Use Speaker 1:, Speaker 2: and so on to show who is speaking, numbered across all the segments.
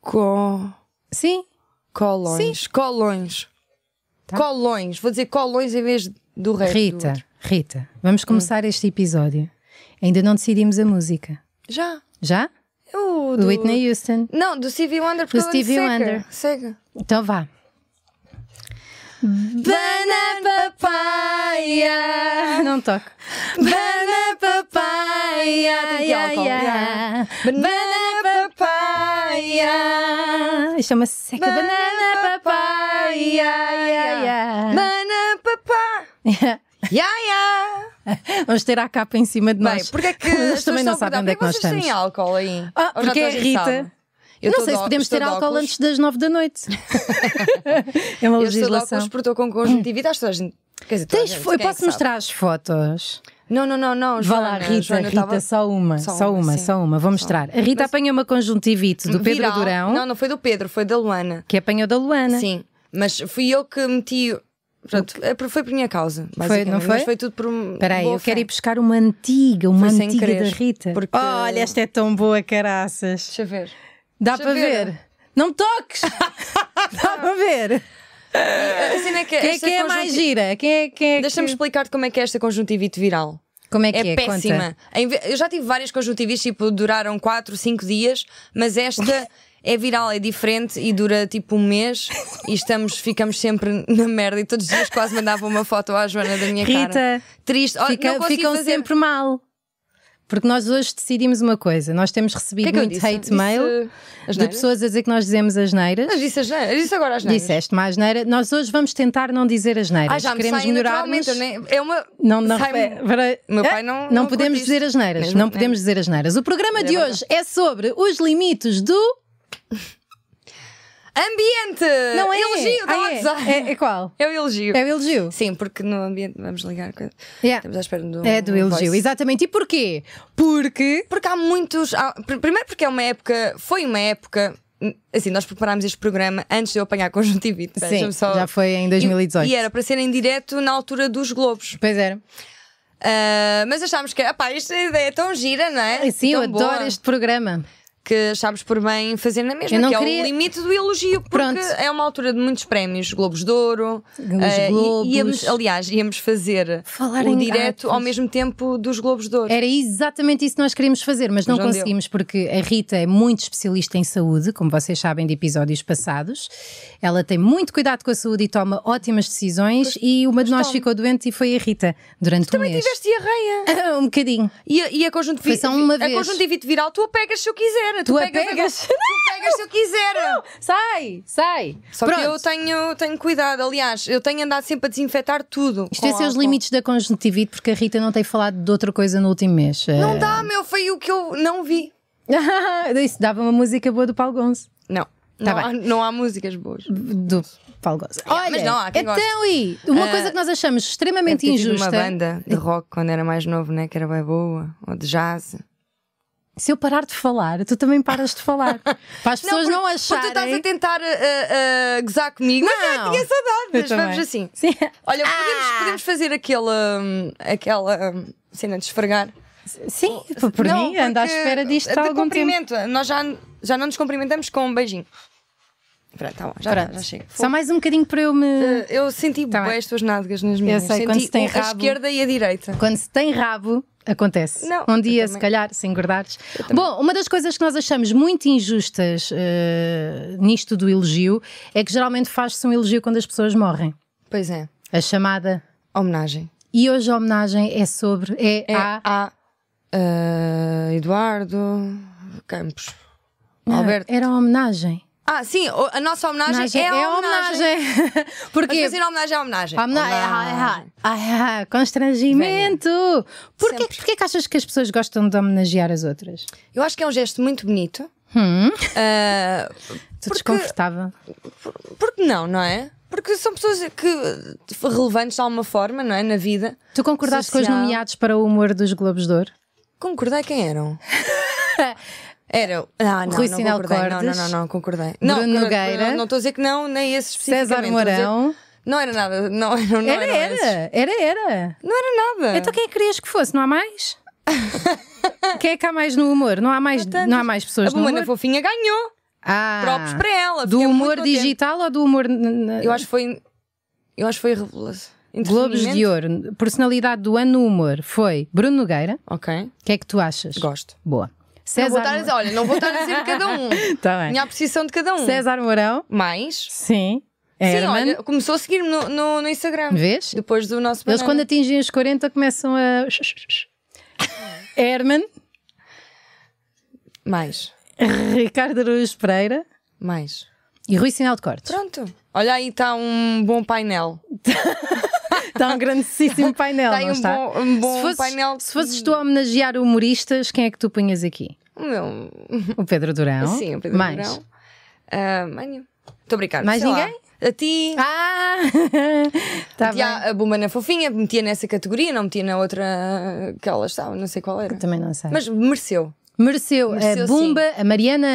Speaker 1: Co...
Speaker 2: Sim,
Speaker 1: Colões. Colões. Colões. Vou dizer colões em vez do resto. do
Speaker 2: Tá. Rita,
Speaker 1: outro.
Speaker 2: Rita, vamos começar este episódio. Ainda não decidimos a música.
Speaker 1: Já.
Speaker 2: Já?
Speaker 1: O
Speaker 2: Do
Speaker 1: do-
Speaker 2: Whitney Houston.
Speaker 1: Não, do Stevie Wonder.
Speaker 2: Do
Speaker 1: porque
Speaker 2: Stevie
Speaker 1: cega.
Speaker 2: Wonder.
Speaker 1: Cega.
Speaker 2: Então vá.
Speaker 1: Banana papaya.
Speaker 2: Não toco.
Speaker 1: Banana papaya.
Speaker 2: Ya, ya.
Speaker 1: Banana papaya.
Speaker 2: Ah, Chama-se seca banana papaya.
Speaker 1: Banana papá. Ya, ya.
Speaker 2: Vamos ter a capa em cima de
Speaker 1: Bem,
Speaker 2: nós.
Speaker 1: porque é que
Speaker 2: Eles
Speaker 1: as
Speaker 2: também
Speaker 1: pessoas
Speaker 2: não
Speaker 1: estão a
Speaker 2: sabem onde é que
Speaker 1: perguntar,
Speaker 2: nós
Speaker 1: "Vocês têm
Speaker 2: estamos.
Speaker 1: álcool aí.
Speaker 2: Ah,
Speaker 1: Ou já
Speaker 2: porque é
Speaker 1: toda a gente
Speaker 2: Rita.
Speaker 1: sabe? Eu
Speaker 2: não
Speaker 1: estou
Speaker 2: sei
Speaker 1: de
Speaker 2: se
Speaker 1: ó-
Speaker 2: podemos
Speaker 1: estou
Speaker 2: ter
Speaker 1: de
Speaker 2: álcool
Speaker 1: óculos.
Speaker 2: antes das nove da noite. é uma
Speaker 1: Eu estou de
Speaker 2: legislação.
Speaker 1: óculos porque estou com conjuntivite. Acho que toda a gente. Quer dizer, toda a
Speaker 2: Tens,
Speaker 1: gente,
Speaker 2: fo- eu
Speaker 1: quem é
Speaker 2: posso
Speaker 1: que sabe?
Speaker 2: mostrar as fotos?
Speaker 1: Não, não, não, não.
Speaker 2: Vá
Speaker 1: Joana,
Speaker 2: lá, Rita,
Speaker 1: Joana, eu
Speaker 2: Rita,
Speaker 1: tava-
Speaker 2: só uma, só, uma,
Speaker 1: sim.
Speaker 2: só uma, vou mostrar. A Rita apanhou uma conjuntivite do Pedro
Speaker 1: Hum, Viral.
Speaker 2: Durão,
Speaker 1: Não, não foi do Pedro, foi da Luana.
Speaker 2: que apanhou da Luana.
Speaker 1: Sim. Mas fui eu que meti. Pronto, é por- foi por minha causa. basicamente,
Speaker 2: não foi?
Speaker 1: Mas foi tudo por. um-
Speaker 2: Espera aí,
Speaker 1: boa
Speaker 2: eu quero
Speaker 1: fé.
Speaker 2: ir buscar uma antiga, uma
Speaker 1: Foi sem
Speaker 2: antiga da
Speaker 1: querer,
Speaker 2: Rita.
Speaker 1: porque-
Speaker 2: Olha, esta é tão boa, caraças.
Speaker 1: Deixa eu ver.
Speaker 2: Dá
Speaker 1: Deixa
Speaker 2: para
Speaker 1: ver.
Speaker 2: ver. Não me toques! Dá para ver.
Speaker 1: Assim é que
Speaker 2: Quem é
Speaker 1: esta
Speaker 2: que é a
Speaker 1: conjunti-
Speaker 2: mais gira? Quem é, quem é
Speaker 1: Deixa-me
Speaker 2: que...
Speaker 1: explicar-te como é que é esta conjuntivite viral.
Speaker 2: Como é que é?
Speaker 1: É
Speaker 2: Conta.
Speaker 1: péssima. Em ve- Eu já tive várias conjuntivites, tipo, duraram 4, 5 dias, mas esta é viral, é diferente e dura tipo um mês e estamos, ficamos sempre na merda e todos os dias quase mandava uma foto à Joana da minha cara.
Speaker 2: Rita,
Speaker 1: Triste. Oh,
Speaker 2: Fica-
Speaker 1: É não consigo
Speaker 2: ficam
Speaker 1: fazer-
Speaker 2: sempre mal. Porque nós hoje decidimos uma coisa. Nós temos
Speaker 1: O
Speaker 2: recebido
Speaker 1: que é que eu
Speaker 2: muito
Speaker 1: disse?
Speaker 2: hate mail
Speaker 1: Disse, as
Speaker 2: de pessoas a dizer que nós dizemos as neiras.
Speaker 1: Mas disse as neiras. Disse agora as neiras.
Speaker 2: Disseste mais neira. Nós hoje vamos tentar não dizer as neiras.
Speaker 1: Ah, já me
Speaker 2: Queremos
Speaker 1: saem
Speaker 2: melhorar-nos.
Speaker 1: naturalmente, eu nem- É uma.
Speaker 2: Não, não,
Speaker 1: sai-me-
Speaker 2: é, peraí.
Speaker 1: Meu
Speaker 2: Ah,
Speaker 1: pai não-
Speaker 2: Não,
Speaker 1: não curte
Speaker 2: podemos
Speaker 1: isto.
Speaker 2: dizer as neiras.
Speaker 1: Mesmo,
Speaker 2: não
Speaker 1: né?
Speaker 2: podemos dizer as neiras. O programa de
Speaker 1: verdade.
Speaker 2: hoje é sobre os limites do.
Speaker 1: Ambiente!
Speaker 2: Não é?
Speaker 1: Eh, Elogio,
Speaker 2: Ah,
Speaker 1: da
Speaker 2: é. É, é qual?
Speaker 1: É o elogio.
Speaker 2: É o elogio.
Speaker 1: Sim, porque no ambiente. Vamos ligar. com-
Speaker 2: Yeah.
Speaker 1: Estamos à espera do.
Speaker 2: É do
Speaker 1: um
Speaker 2: elogio,
Speaker 1: voice.
Speaker 2: exatamente. E porquê? Porque.
Speaker 1: Porque há muitos. há- pr- primeiro porque é uma época. Foi uma época. Assim, nós preparámos este programa antes de eu apanhar conjuntivite.
Speaker 2: Sim,
Speaker 1: deixa-me só-
Speaker 2: já foi em 2018.
Speaker 1: E, e era para ser em direto na altura dos Globos.
Speaker 2: Pois é. era.
Speaker 1: Ah, mas achámos que, pá, esta ideia é tão gira, não é?
Speaker 2: Sim,
Speaker 1: tão
Speaker 2: eu adoro
Speaker 1: boa,
Speaker 2: este programa.
Speaker 1: Que achámos por bem fazer na mesma,
Speaker 2: Eu não
Speaker 1: que é
Speaker 2: queria-
Speaker 1: o limite do elogio, porque
Speaker 2: Pronto.
Speaker 1: é uma altura de muitos prémios, Globos de Ouro.
Speaker 2: Os
Speaker 1: ah, e-
Speaker 2: Globos.
Speaker 1: E, íamos- aliás, íamos fazer
Speaker 2: Falar
Speaker 1: o
Speaker 2: em- É
Speaker 1: direto ao
Speaker 2: Ah, pois.
Speaker 1: mesmo tempo dos Globos de Ouro.
Speaker 2: Era exatamente isso que nós queríamos fazer, mas não
Speaker 1: Mas não deu.
Speaker 2: conseguimos porque a Rita é muito especialista em saúde, como vocês sabem de episódios passados. Ela tem muito cuidado com a saúde e toma ótimas decisões e uma de nós
Speaker 1: toma.
Speaker 2: ficou doente e foi a Rita durante um mês.
Speaker 1: Tiveste diarreia.
Speaker 2: um bocadinho.
Speaker 1: E a, e a conjuntivite,
Speaker 2: Foi só uma
Speaker 1: a
Speaker 2: vez.
Speaker 1: conjuntivite viral, tu a pegas se eu quiser.
Speaker 2: Tu a
Speaker 1: agora-
Speaker 2: pegas?
Speaker 1: tu pegas se eu quiser.
Speaker 2: Sai, sai.
Speaker 1: Só
Speaker 2: Pronto.
Speaker 1: que eu tenho, tenho cuidado. Aliás, eu tenho andado sempre a desinfetar tudo.
Speaker 2: Isto é
Speaker 1: com
Speaker 2: ser os
Speaker 1: álcool.
Speaker 2: limites da conjuntivite, porque a Rita não tem falado de outra coisa no último mês.
Speaker 1: Não dá, meu, foi o que eu não vi.
Speaker 2: dá. Isso dava uma música boa do Paulo Gonzo.
Speaker 1: Não.
Speaker 2: Tá
Speaker 1: não, há, não há músicas boas.
Speaker 2: Do Paulo Gonzo. Olha,
Speaker 1: mas não há quem goste.
Speaker 2: então e uma coisa que nós achamos
Speaker 1: Deve
Speaker 2: extremamente
Speaker 1: ter tido
Speaker 2: injusta.
Speaker 1: uma banda de rock quando era mais novo, né? Que era bem boa. Ou de jazz.
Speaker 2: Se eu parar de falar, tu também paras de falar. Para as pessoas não,
Speaker 1: porque- Porque tu estás
Speaker 2: acharem.
Speaker 1: a tentar ah, ah, gozar comigo. Mas
Speaker 2: Não.
Speaker 1: eu tinha saudades.
Speaker 2: Eu
Speaker 1: Vamos
Speaker 2: também. Ah!
Speaker 1: assim.
Speaker 2: Sim.
Speaker 1: Olha, podemos, podemos fazer aquela, hum, aquela hum, cena de esfregar.
Speaker 2: Sim, por
Speaker 1: Não,
Speaker 2: mim, ando à
Speaker 1: porque é
Speaker 2: espera disto há
Speaker 1: de
Speaker 2: algum tempo.
Speaker 1: cumprimento. Nós já, já não nos cumprimentamos com um beijinho. Pronto, tá bom, já,
Speaker 2: Pronto.
Speaker 1: já chega. Fogo.
Speaker 2: Só mais um bocadinho para eu me.
Speaker 1: Eh, Eu senti
Speaker 2: Tá bem.
Speaker 1: bem as tuas nádegas nas minhas.
Speaker 2: sei,
Speaker 1: senti
Speaker 2: quando se tem
Speaker 1: o- a
Speaker 2: rabo.
Speaker 1: esquerda e a direita.
Speaker 2: Quando se tem rabo, acontece.
Speaker 1: Não,
Speaker 2: um
Speaker 1: eu
Speaker 2: dia,
Speaker 1: também.
Speaker 2: se calhar, se engordares. Bom, uma das coisas que nós achamos muito injustas eh, nisto do elogio é que geralmente faz-se um elogio quando as pessoas morrem.
Speaker 1: Pois é,
Speaker 2: A chamada.
Speaker 1: homenagem.
Speaker 2: E hoje a homenagem é sobre. É,
Speaker 1: É
Speaker 2: a.
Speaker 1: a eh, Eduardo Campos.
Speaker 2: Não,
Speaker 1: Alberto.
Speaker 2: Era a homenagem.
Speaker 1: Ah, sim, o- a nossa homenagem,
Speaker 2: Homenagem-
Speaker 1: é a homenagem.
Speaker 2: homenagem.
Speaker 1: Vamos
Speaker 2: Porque
Speaker 1: fazer a homenagem à homenagem.
Speaker 2: Ah, não, ah, ah, ah, ah, constrangimento! Porquê, porquê que achas que as pessoas gostam de homenagear as outras?
Speaker 1: Eu acho que é um gesto muito bonito.
Speaker 2: Hum,
Speaker 1: Eh,
Speaker 2: estou
Speaker 1: Porque-
Speaker 2: desconfortável.
Speaker 1: Porque não, não é? Porque são pessoas que eh, relevantes de alguma forma, não é? Na vida.
Speaker 2: Tu concordaste com os
Speaker 1: social.
Speaker 2: nomeados para o humor dos Globos de Ouro?
Speaker 1: Concordei quem eram? Era. Ah, não,
Speaker 2: Rui
Speaker 1: não
Speaker 2: Sinal
Speaker 1: concordei. Não, não,
Speaker 2: Cordes.
Speaker 1: não, não, concordei.
Speaker 2: Bruno
Speaker 1: não, concordei.
Speaker 2: Nogueira.
Speaker 1: Não estou a dizer que não, nem esse especificamente.
Speaker 2: César
Speaker 1: Estou a dizer-
Speaker 2: Mourão?
Speaker 1: Não era nada. Não, não, não
Speaker 2: Era,
Speaker 1: eram esses.
Speaker 2: era, era, era.
Speaker 1: Não era nada.
Speaker 2: Então quem é que querias que fosse? Não há mais? quem é que há mais no humor? Não há mais, não há mais pessoas
Speaker 1: a
Speaker 2: no
Speaker 1: Bumana
Speaker 2: humor?
Speaker 1: Fofinha ganhou.
Speaker 2: Ah,
Speaker 1: próprios para ela.
Speaker 2: Do
Speaker 1: Fiquei muito
Speaker 2: humor
Speaker 1: contente.
Speaker 2: digital ou do humor. n- n-
Speaker 1: Eu acho que foi. Eu acho que foi revelação.
Speaker 2: Globos
Speaker 1: Entretenimento?
Speaker 2: de Ouro, personalidade do ano no humor foi Bruno Nogueira.
Speaker 1: Ok.
Speaker 2: O que é que tu achas?
Speaker 1: Gosto.
Speaker 2: Boa.
Speaker 1: Não vou
Speaker 2: César,
Speaker 1: estar a dizer, olha, não vou estar a dizer de cada um.
Speaker 2: Tá bem.
Speaker 1: Minha apreciação de cada um.
Speaker 2: César Mourão.
Speaker 1: Mais.
Speaker 2: Sim.
Speaker 1: Sim,
Speaker 2: É Herman.
Speaker 1: olha, começou a seguir-me no, no, no Instagram.
Speaker 2: Vês?
Speaker 1: Depois do nosso
Speaker 2: Eles
Speaker 1: banana.
Speaker 2: quando atingem os 40 começam a. Herman.
Speaker 1: Mais.
Speaker 2: Ricardo Araújo Pereira.
Speaker 1: Mais.
Speaker 2: E Rui Sinal de Cortes.
Speaker 1: Pronto. Olha aí, está um bom painel.
Speaker 2: Está um grandíssimo painel,
Speaker 1: Está aí
Speaker 2: não
Speaker 1: um
Speaker 2: está?
Speaker 1: bom, um bom
Speaker 2: se fosses,
Speaker 1: painel.
Speaker 2: se fosses tu a homenagear humoristas, quem é que tu punhas aqui?
Speaker 1: Não.
Speaker 2: O Pedro Durão.
Speaker 1: Sim, o Pedro
Speaker 2: Mais.
Speaker 1: Durão. Ah, mais nenhum. Estou a brincar.
Speaker 2: Mais
Speaker 1: sei
Speaker 2: ninguém?
Speaker 1: Lá. A ti.
Speaker 2: Ah! Está bem.
Speaker 1: metia a bomba na fofinha, metia nessa categoria, não metia na outra que ela estava, não sei qual era.
Speaker 2: Também não sei.
Speaker 1: Mas mereceu.
Speaker 2: Mereceu, a
Speaker 1: Mereceu,
Speaker 2: Bumba, a Mariana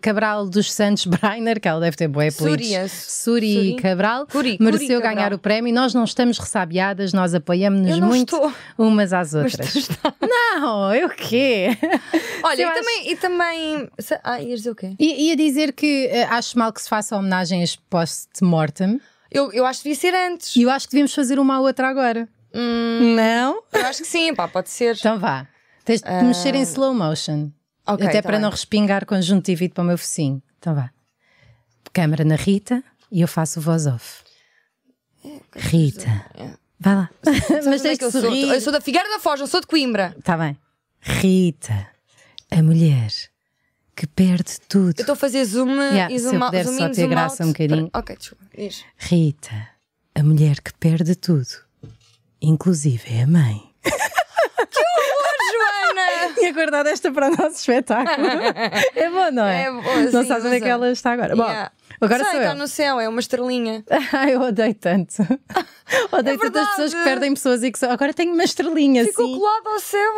Speaker 2: Cabral dos Santos Breiner, que ela deve ter boé
Speaker 1: Súria.
Speaker 2: Suri,
Speaker 1: Súria.
Speaker 2: Cabral,
Speaker 1: é Curi, Curi
Speaker 2: mereceu
Speaker 1: Cabral.
Speaker 2: ganhar o prémio. Nós não estamos ressabiadas, nós apoiamos-nos
Speaker 1: Eu não
Speaker 2: muito
Speaker 1: estou.
Speaker 2: umas às
Speaker 1: Mas
Speaker 2: outras.
Speaker 1: tu estás-
Speaker 2: Não, eu quê?
Speaker 1: Olha,
Speaker 2: Eu
Speaker 1: e
Speaker 2: acho-
Speaker 1: também, e também. sa- Ah, ias dizer o quê?
Speaker 2: I- Ia dizer que eh, acho mal que se faça homenagens post-mortem
Speaker 1: Eu, eu acho que devia ser antes.
Speaker 2: e eu acho que devemos fazer uma à outra agora.
Speaker 1: Hum.
Speaker 2: Não?
Speaker 1: Eu acho que sim, pá, pode ser.
Speaker 2: Então vá. Tens
Speaker 1: Ah.
Speaker 2: de mexer em slow motion.
Speaker 1: Ok,
Speaker 2: até
Speaker 1: tá
Speaker 2: para não
Speaker 1: bem.
Speaker 2: respingar conjuntivite para o meu focinho. Então vá. Câmara na Rita e eu faço o voz off. Rita. Vá lá. Mas
Speaker 1: Sabes onde é
Speaker 2: tens
Speaker 1: que
Speaker 2: de
Speaker 1: eu sou? Eu
Speaker 2: sorrir.
Speaker 1: sou da Figueira da Foz, não sou de Coimbra.
Speaker 2: Está bem. Rita, a mulher que perde
Speaker 1: Eu
Speaker 2: tudo.
Speaker 1: estou a fazer zoom
Speaker 2: Yeah,
Speaker 1: e
Speaker 2: se
Speaker 1: zoom
Speaker 2: eu
Speaker 1: out-
Speaker 2: puder
Speaker 1: zoom
Speaker 2: só
Speaker 1: in,
Speaker 2: ter
Speaker 1: zoom
Speaker 2: graça
Speaker 1: out.
Speaker 2: um bocadinho.
Speaker 1: Ok, desculpa. Diz.
Speaker 2: Rita, a mulher que perde tudo. Inclusive é a mãe.
Speaker 1: Joana!
Speaker 2: Tinha guardado esta para o nosso espetáculo. é bom, não é?
Speaker 1: É bom,
Speaker 2: não
Speaker 1: sim,
Speaker 2: sabes onde é
Speaker 1: mas
Speaker 2: que
Speaker 1: é.
Speaker 2: ela está agora. Bom,
Speaker 1: Yeah.
Speaker 2: agora
Speaker 1: Sei,
Speaker 2: sou
Speaker 1: está
Speaker 2: eu.
Speaker 1: no céu, é uma estrelinha.
Speaker 2: Ai, eu odeio tanto. Odeio tanto as
Speaker 1: verdade.
Speaker 2: pessoas que perdem pessoas e que só... agora tenho uma estrelinha
Speaker 1: Ficou
Speaker 2: assim.
Speaker 1: colado ao céu.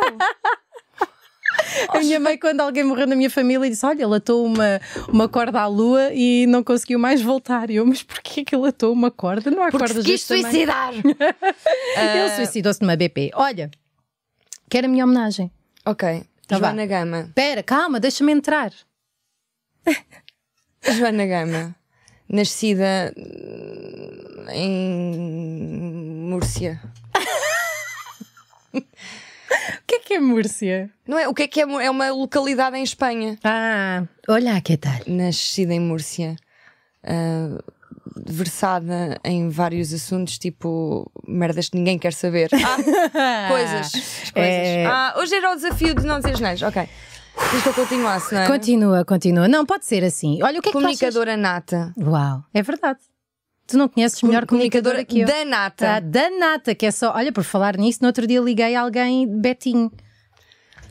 Speaker 2: A minha mãe, quando alguém morreu na minha família, disse: Olha, latou uma, uma corda à lua e não conseguiu mais voltar. E eu, mas porquê que latou uma corda? Não há
Speaker 1: Porque se
Speaker 2: cordas
Speaker 1: quis
Speaker 2: deste tamanho."
Speaker 1: suicidar.
Speaker 2: Ele suicidou-se numa BP. Olha, quero a minha homenagem.
Speaker 1: Ok.
Speaker 2: Tá vá.
Speaker 1: Joana Gama.
Speaker 2: Espera, calma, deixa-me entrar.
Speaker 1: Joana Gama, nascida hum, em Múrcia.
Speaker 2: O que é que é Múrcia?
Speaker 1: Não é? O que é que é? Mú- É uma localidade em Espanha.
Speaker 2: Ah, olha que tal.
Speaker 1: Nascida em Múrcia. ah, versada em vários assuntos, tipo merdas que ninguém quer saber. Ah, coisas. coisas.
Speaker 2: É.
Speaker 1: Ah, hoje era o desafio de não dizer neiras. Ok. Diz que eu continuasse, não é?
Speaker 2: Continua, continua. Não, pode ser assim. Olha o que é que tu achas?
Speaker 1: Comunicadora nata.
Speaker 2: Uau, é verdade. Tu não conheces melhor comunicadora que eu.
Speaker 1: da nata.
Speaker 2: Ah, da Nata, que é só. Olha, por falar nisso, no outro dia liguei a alguém, Betinho.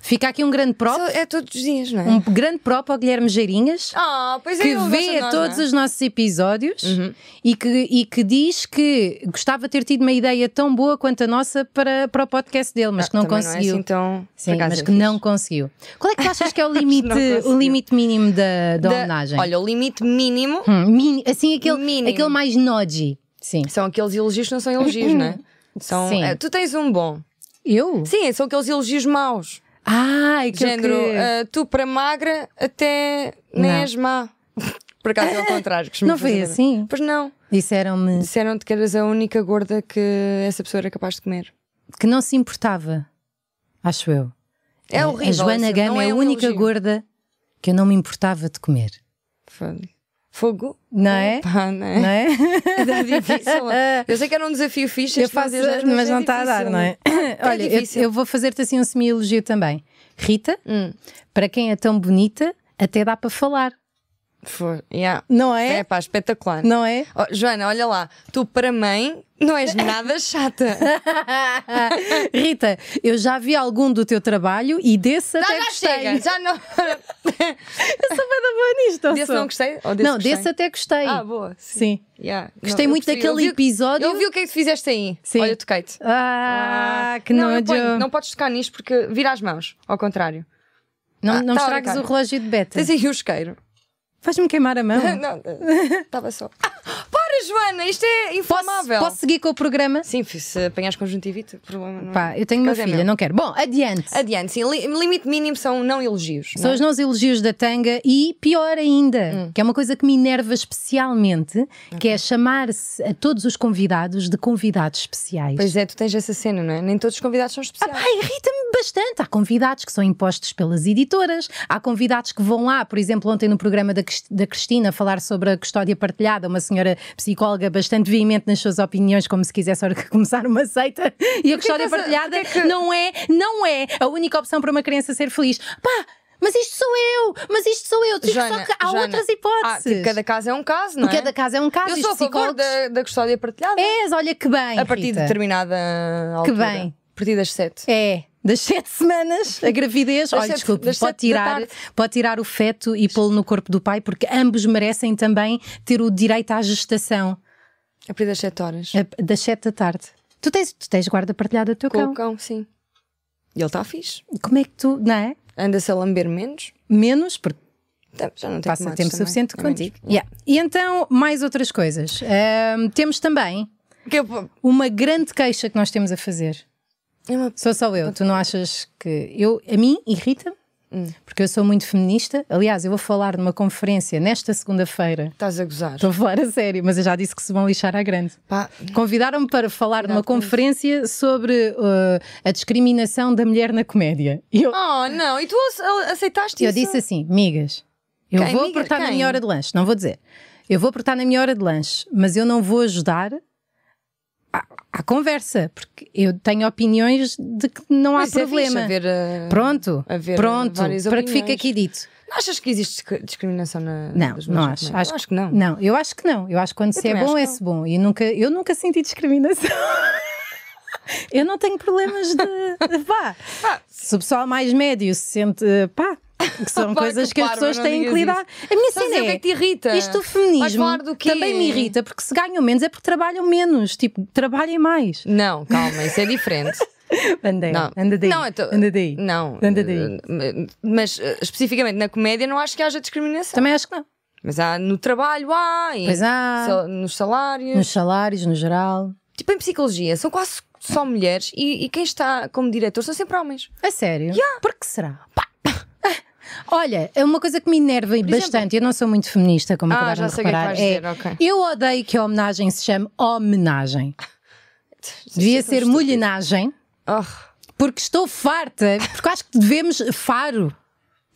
Speaker 2: Fica aqui um grande prop,
Speaker 1: Só- É todos os dias, não é?
Speaker 2: um grande prop ao Guilherme Geirinhas.
Speaker 1: Ah, pois é,
Speaker 2: Que
Speaker 1: ele gosta de
Speaker 2: vê
Speaker 1: nós,
Speaker 2: todos
Speaker 1: não é?
Speaker 2: os nossos episódios
Speaker 1: Uhum.
Speaker 2: e, que, e que diz que gostava de ter tido uma ideia tão boa quanto a nossa para, para o podcast dele, mas que não
Speaker 1: Também
Speaker 2: conseguiu.
Speaker 1: Não é assim tão,
Speaker 2: Sim,
Speaker 1: por acaso
Speaker 2: mas
Speaker 1: é
Speaker 2: que
Speaker 1: fixe.
Speaker 2: não conseguiu. Qual é que tu achas que é o limite,
Speaker 1: Não conseguiu.
Speaker 2: o limite mínimo da, da, homenagem?
Speaker 1: Olha, o limite mínimo
Speaker 2: Hum, mini- assim, aquele,
Speaker 1: Mínimo.
Speaker 2: aquele mais nodgy. Sim.
Speaker 1: são aqueles elogios que não são elogios, não é? São,
Speaker 2: Sim.
Speaker 1: eh, tu tens um bom.
Speaker 2: Eu?
Speaker 1: Sim, são aqueles elogios maus.
Speaker 2: Ah, aquele
Speaker 1: Género,
Speaker 2: que...
Speaker 1: eh, tu para magra até nem
Speaker 2: Não.
Speaker 1: és má. Por acaso é ao contrário. costumo
Speaker 2: Não foi
Speaker 1: fazer.
Speaker 2: assim?
Speaker 1: Pois não.
Speaker 2: Disseram-me
Speaker 1: Disseram-te que eras a única gorda que essa pessoa era capaz de comer.
Speaker 2: que não se importava. Acho eu.
Speaker 1: É horrível.
Speaker 2: a Joana
Speaker 1: isso, não
Speaker 2: Gama é,
Speaker 1: é
Speaker 2: a
Speaker 1: um
Speaker 2: única
Speaker 1: elogio.
Speaker 2: gorda que eu não me importava de comer.
Speaker 1: Fogo. Fogo?
Speaker 2: Não é?
Speaker 1: Pá, não é?
Speaker 2: Não é?
Speaker 1: Está difícil. Eu sei que era um desafio fixe.
Speaker 2: Eu
Speaker 1: este
Speaker 2: faço,
Speaker 1: fazer das,
Speaker 2: mas não
Speaker 1: é
Speaker 2: está a dar,
Speaker 1: difícil. né?
Speaker 2: não é? Olha, eu,
Speaker 1: difícil. Hum.
Speaker 2: eu vou fazer-te assim um semi-elogio também. Rita, para quem é tão bonita, até dá para falar.
Speaker 1: Foi, yeah.
Speaker 2: Não é?
Speaker 1: É pá, espetacular.
Speaker 2: Não é?
Speaker 1: Oh, Joana, olha lá, tu para mãe não és nada chata.
Speaker 2: Rita, eu já vi algum do teu trabalho e desse
Speaker 1: Já,
Speaker 2: até
Speaker 1: já
Speaker 2: gostei.
Speaker 1: chega, já não.
Speaker 2: Eu sou bem da boa nisto, ou
Speaker 1: Desse
Speaker 2: sou?
Speaker 1: não gostei? Ou desse
Speaker 2: Não,
Speaker 1: gostei?
Speaker 2: desse até gostei.
Speaker 1: Ah, boa. Sim.
Speaker 2: Sim.
Speaker 1: Yeah.
Speaker 2: Gostei
Speaker 1: Não, eu
Speaker 2: muito
Speaker 1: percebi.
Speaker 2: daquele
Speaker 1: Eu vi o que-
Speaker 2: episódio.
Speaker 1: Eu vi o que é que tu fizeste aí.
Speaker 2: Sim.
Speaker 1: Olha, toquei-te.
Speaker 2: Ah, que
Speaker 1: não, eu
Speaker 2: nojo.
Speaker 1: ponho, não podes tocar nisto porque vira as mãos, ao contrário.
Speaker 2: Não,
Speaker 1: Ah,
Speaker 2: não
Speaker 1: tá
Speaker 2: estragues
Speaker 1: brincar.
Speaker 2: o relógio de beta.
Speaker 1: Tens aí o isqueiro.
Speaker 2: Faz-me queimar a mão.
Speaker 1: Não, estava só. Ah, para, Olha, Joana, isto é
Speaker 2: Posso,
Speaker 1: inflamável.
Speaker 2: posso seguir com o programa?
Speaker 1: Sim, se apanhares conjuntivite, problema não.
Speaker 2: Pá, eu tenho uma
Speaker 1: Pois é,
Speaker 2: filha,
Speaker 1: meu.
Speaker 2: não quero. Bom, adiante.
Speaker 1: Adiante, sim. li- limite mínimo são não elogios.
Speaker 2: São
Speaker 1: não é?
Speaker 2: os não elogios da tanga e pior ainda,
Speaker 1: Hum.
Speaker 2: que é uma coisa que me enerva especialmente, que é chamar-se a todos os convidados de convidados especiais.
Speaker 1: Pois é, tu tens essa cena, não é? Nem todos os convidados são especiais.
Speaker 2: Pá, irrita-me bastante. Há convidados que são impostos pelas editoras, há convidados que vão lá, por exemplo, ontem no programa da, Crist- da Cristina, falar sobre a custódia partilhada, uma senhora psicóloga bastante veemente nas suas opiniões, como se quisesse or- começar uma seita, e a custódia
Speaker 1: que essa-
Speaker 2: partilhada
Speaker 1: porquê que-
Speaker 2: não é, não é a única opção para uma criança ser feliz. Pá! Mas isto sou eu! Mas isto sou eu! Digo só que há
Speaker 1: Joana,
Speaker 2: outras
Speaker 1: Ah,
Speaker 2: hipóteses.
Speaker 1: tipo, cada caso é um caso, não é?
Speaker 2: Cada caso é um caso.
Speaker 1: Eu
Speaker 2: Os
Speaker 1: sou a favor
Speaker 2: psicólogos-
Speaker 1: da, da custódia partilhada.
Speaker 2: És, olha que bem.
Speaker 1: a partir de
Speaker 2: Rita.
Speaker 1: determinada
Speaker 2: Que
Speaker 1: altura.
Speaker 2: bem.
Speaker 1: A partir das sete.
Speaker 2: É. Das sete semanas, a gravidez,
Speaker 1: Das
Speaker 2: olha,
Speaker 1: sete-
Speaker 2: desculpe,
Speaker 1: das
Speaker 2: pode
Speaker 1: sete da
Speaker 2: tirar,
Speaker 1: tarde.
Speaker 2: pode tirar o feto e pô-lo no corpo do pai, porque ambos merecem também ter o direito à gestação
Speaker 1: A partir das sete horas.
Speaker 2: a- das sete da tarde. Tu tens, tu tens guarda partilhada do teu
Speaker 1: Com
Speaker 2: cão.
Speaker 1: o cão, sim. E ele está fixe.
Speaker 2: Como é que tu, não é?
Speaker 1: Anda-se a lamber menos.
Speaker 2: Menos, porque
Speaker 1: Tá, Já não tem
Speaker 2: passa
Speaker 1: tomates
Speaker 2: tempo
Speaker 1: também,
Speaker 2: suficiente
Speaker 1: é menos.
Speaker 2: contigo. Yeah. E então, mais outras coisas. Ahm, temos também
Speaker 1: Que eu-
Speaker 2: uma grande queixa que nós temos a fazer.
Speaker 1: é uma-
Speaker 2: Sou só eu, tu não achas que. Eu, a mim irrita-me,
Speaker 1: Hum.
Speaker 2: porque eu sou muito feminista. Aliás, eu vou falar numa conferência nesta segunda-feira.
Speaker 1: Estás a gozar.
Speaker 2: Estou a falar a sério, mas eu já disse que se vão lixar à grande.
Speaker 1: Pá,
Speaker 2: Convidaram-me para falar numa conferência sobre uh, a discriminação da mulher na comédia. E eu,
Speaker 1: Oh, não, e tu ace- aceitaste
Speaker 2: eu
Speaker 1: isso?
Speaker 2: disse assim: migas, eu
Speaker 1: Quem,
Speaker 2: vou
Speaker 1: miga?
Speaker 2: apertar na
Speaker 1: Quem?
Speaker 2: minha hora de lanche, não vou dizer. Eu vou apertar na minha hora de lanche, mas eu não vou ajudar à, à conversa, porque eu tenho opiniões de que não há
Speaker 1: Mas isso é
Speaker 2: problema.
Speaker 1: fixe, haver, eh,
Speaker 2: Pronto,
Speaker 1: haver
Speaker 2: pronto,
Speaker 1: várias
Speaker 2: para que fique
Speaker 1: opiniões.
Speaker 2: aqui dito.
Speaker 1: Não achas que existe disc- discriminação na.
Speaker 2: Não,
Speaker 1: nas
Speaker 2: não
Speaker 1: mulheres
Speaker 2: acho.
Speaker 1: na comédia? Eu acho que não.
Speaker 2: Não, eu acho que não. Eu acho que quando se é
Speaker 1: também
Speaker 2: bom,
Speaker 1: acho que
Speaker 2: é-se bom. E nunca, eu nunca senti discriminação. eu não tenho problemas de. de pá.
Speaker 1: Ah,
Speaker 2: Se o pessoal mais médio se sente. eh, pá. Que são
Speaker 1: Pá,
Speaker 2: coisas
Speaker 1: que
Speaker 2: que, as
Speaker 1: parva,
Speaker 2: pessoas
Speaker 1: não
Speaker 2: têm
Speaker 1: digas
Speaker 2: que lidar. A minha
Speaker 1: Estás a
Speaker 2: cena
Speaker 1: dizer o que é que te irrita?
Speaker 2: Isto do
Speaker 1: Vais
Speaker 2: feminismo
Speaker 1: falar do quê?
Speaker 2: também me irrita, porque se ganham menos é porque trabalham menos. Tipo, trabalhem mais.
Speaker 1: Não, calma, isso é diferente.
Speaker 2: Anda aí,
Speaker 1: Não.
Speaker 2: anda daí.
Speaker 1: Não, eu tô-
Speaker 2: Anda daí.
Speaker 1: Não.
Speaker 2: Anda é daí.
Speaker 1: eh, Mas eh, especificamente na comédia não acho que haja discriminação.
Speaker 2: Também acho que não.
Speaker 1: Mas há no trabalho, há, e
Speaker 2: Pois há.
Speaker 1: sal- nos salários.
Speaker 2: Nos salários, no geral.
Speaker 1: Tipo em psicologia, são quase só mulheres e, e quem está como diretor são sempre homens.
Speaker 2: A sério? Por que será? Pá, pá. Olha, é uma coisa que me enerva bastante. Eu não sou muito feminista, como
Speaker 1: Ah,
Speaker 2: acabaram
Speaker 1: já
Speaker 2: de
Speaker 1: sei o que é que
Speaker 2: reparar.
Speaker 1: vais dizer, ok.
Speaker 2: Eu odeio que a homenagem se chame homenagem.
Speaker 1: é
Speaker 2: Devia ser mulhenagem,
Speaker 1: Oh,
Speaker 2: porque estou farta, porque acho que devemos faro.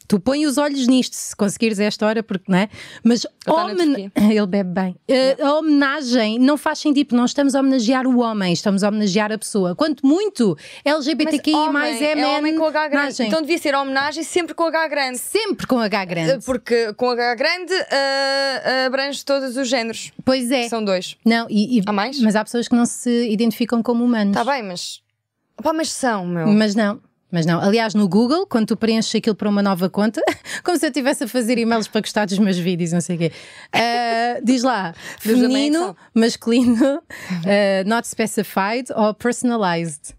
Speaker 2: Tu põe os olhos nisto, se conseguires a esta hora, porque não é? Mas
Speaker 1: tá na
Speaker 2: homen... ele bebe bem. Eh, a homenagem não faz sentido, não estamos a homenagear o homem, estamos a homenagear a pessoa. Quanto muito LGBTQI
Speaker 1: homem,
Speaker 2: mais
Speaker 1: é
Speaker 2: é,
Speaker 1: homem com H grande.
Speaker 2: menagem.
Speaker 1: Então devia ser homenagem sempre com H grande.
Speaker 2: Sempre com H
Speaker 1: Eh,
Speaker 2: grande.
Speaker 1: Porque com H grande ah, abrange todos os géneros.
Speaker 2: Pois é.
Speaker 1: São dois.
Speaker 2: Não, e, e-
Speaker 1: Há mais?
Speaker 2: Mas há pessoas que não se identificam como humanos.
Speaker 1: Está Tá bem, mas. Pá, mas são, meu.
Speaker 2: Mas não. Mas não. Aliás, no Google, quando tu preenches aquilo para uma nova conta, como se eu estivesse a fazer e-mails para gostar dos meus vídeos, não sei o quê. Ah, diz lá,
Speaker 1: Deus da mãe é que
Speaker 2: feminino, masculino,
Speaker 1: Tá
Speaker 2: ah, not specified ou personalized.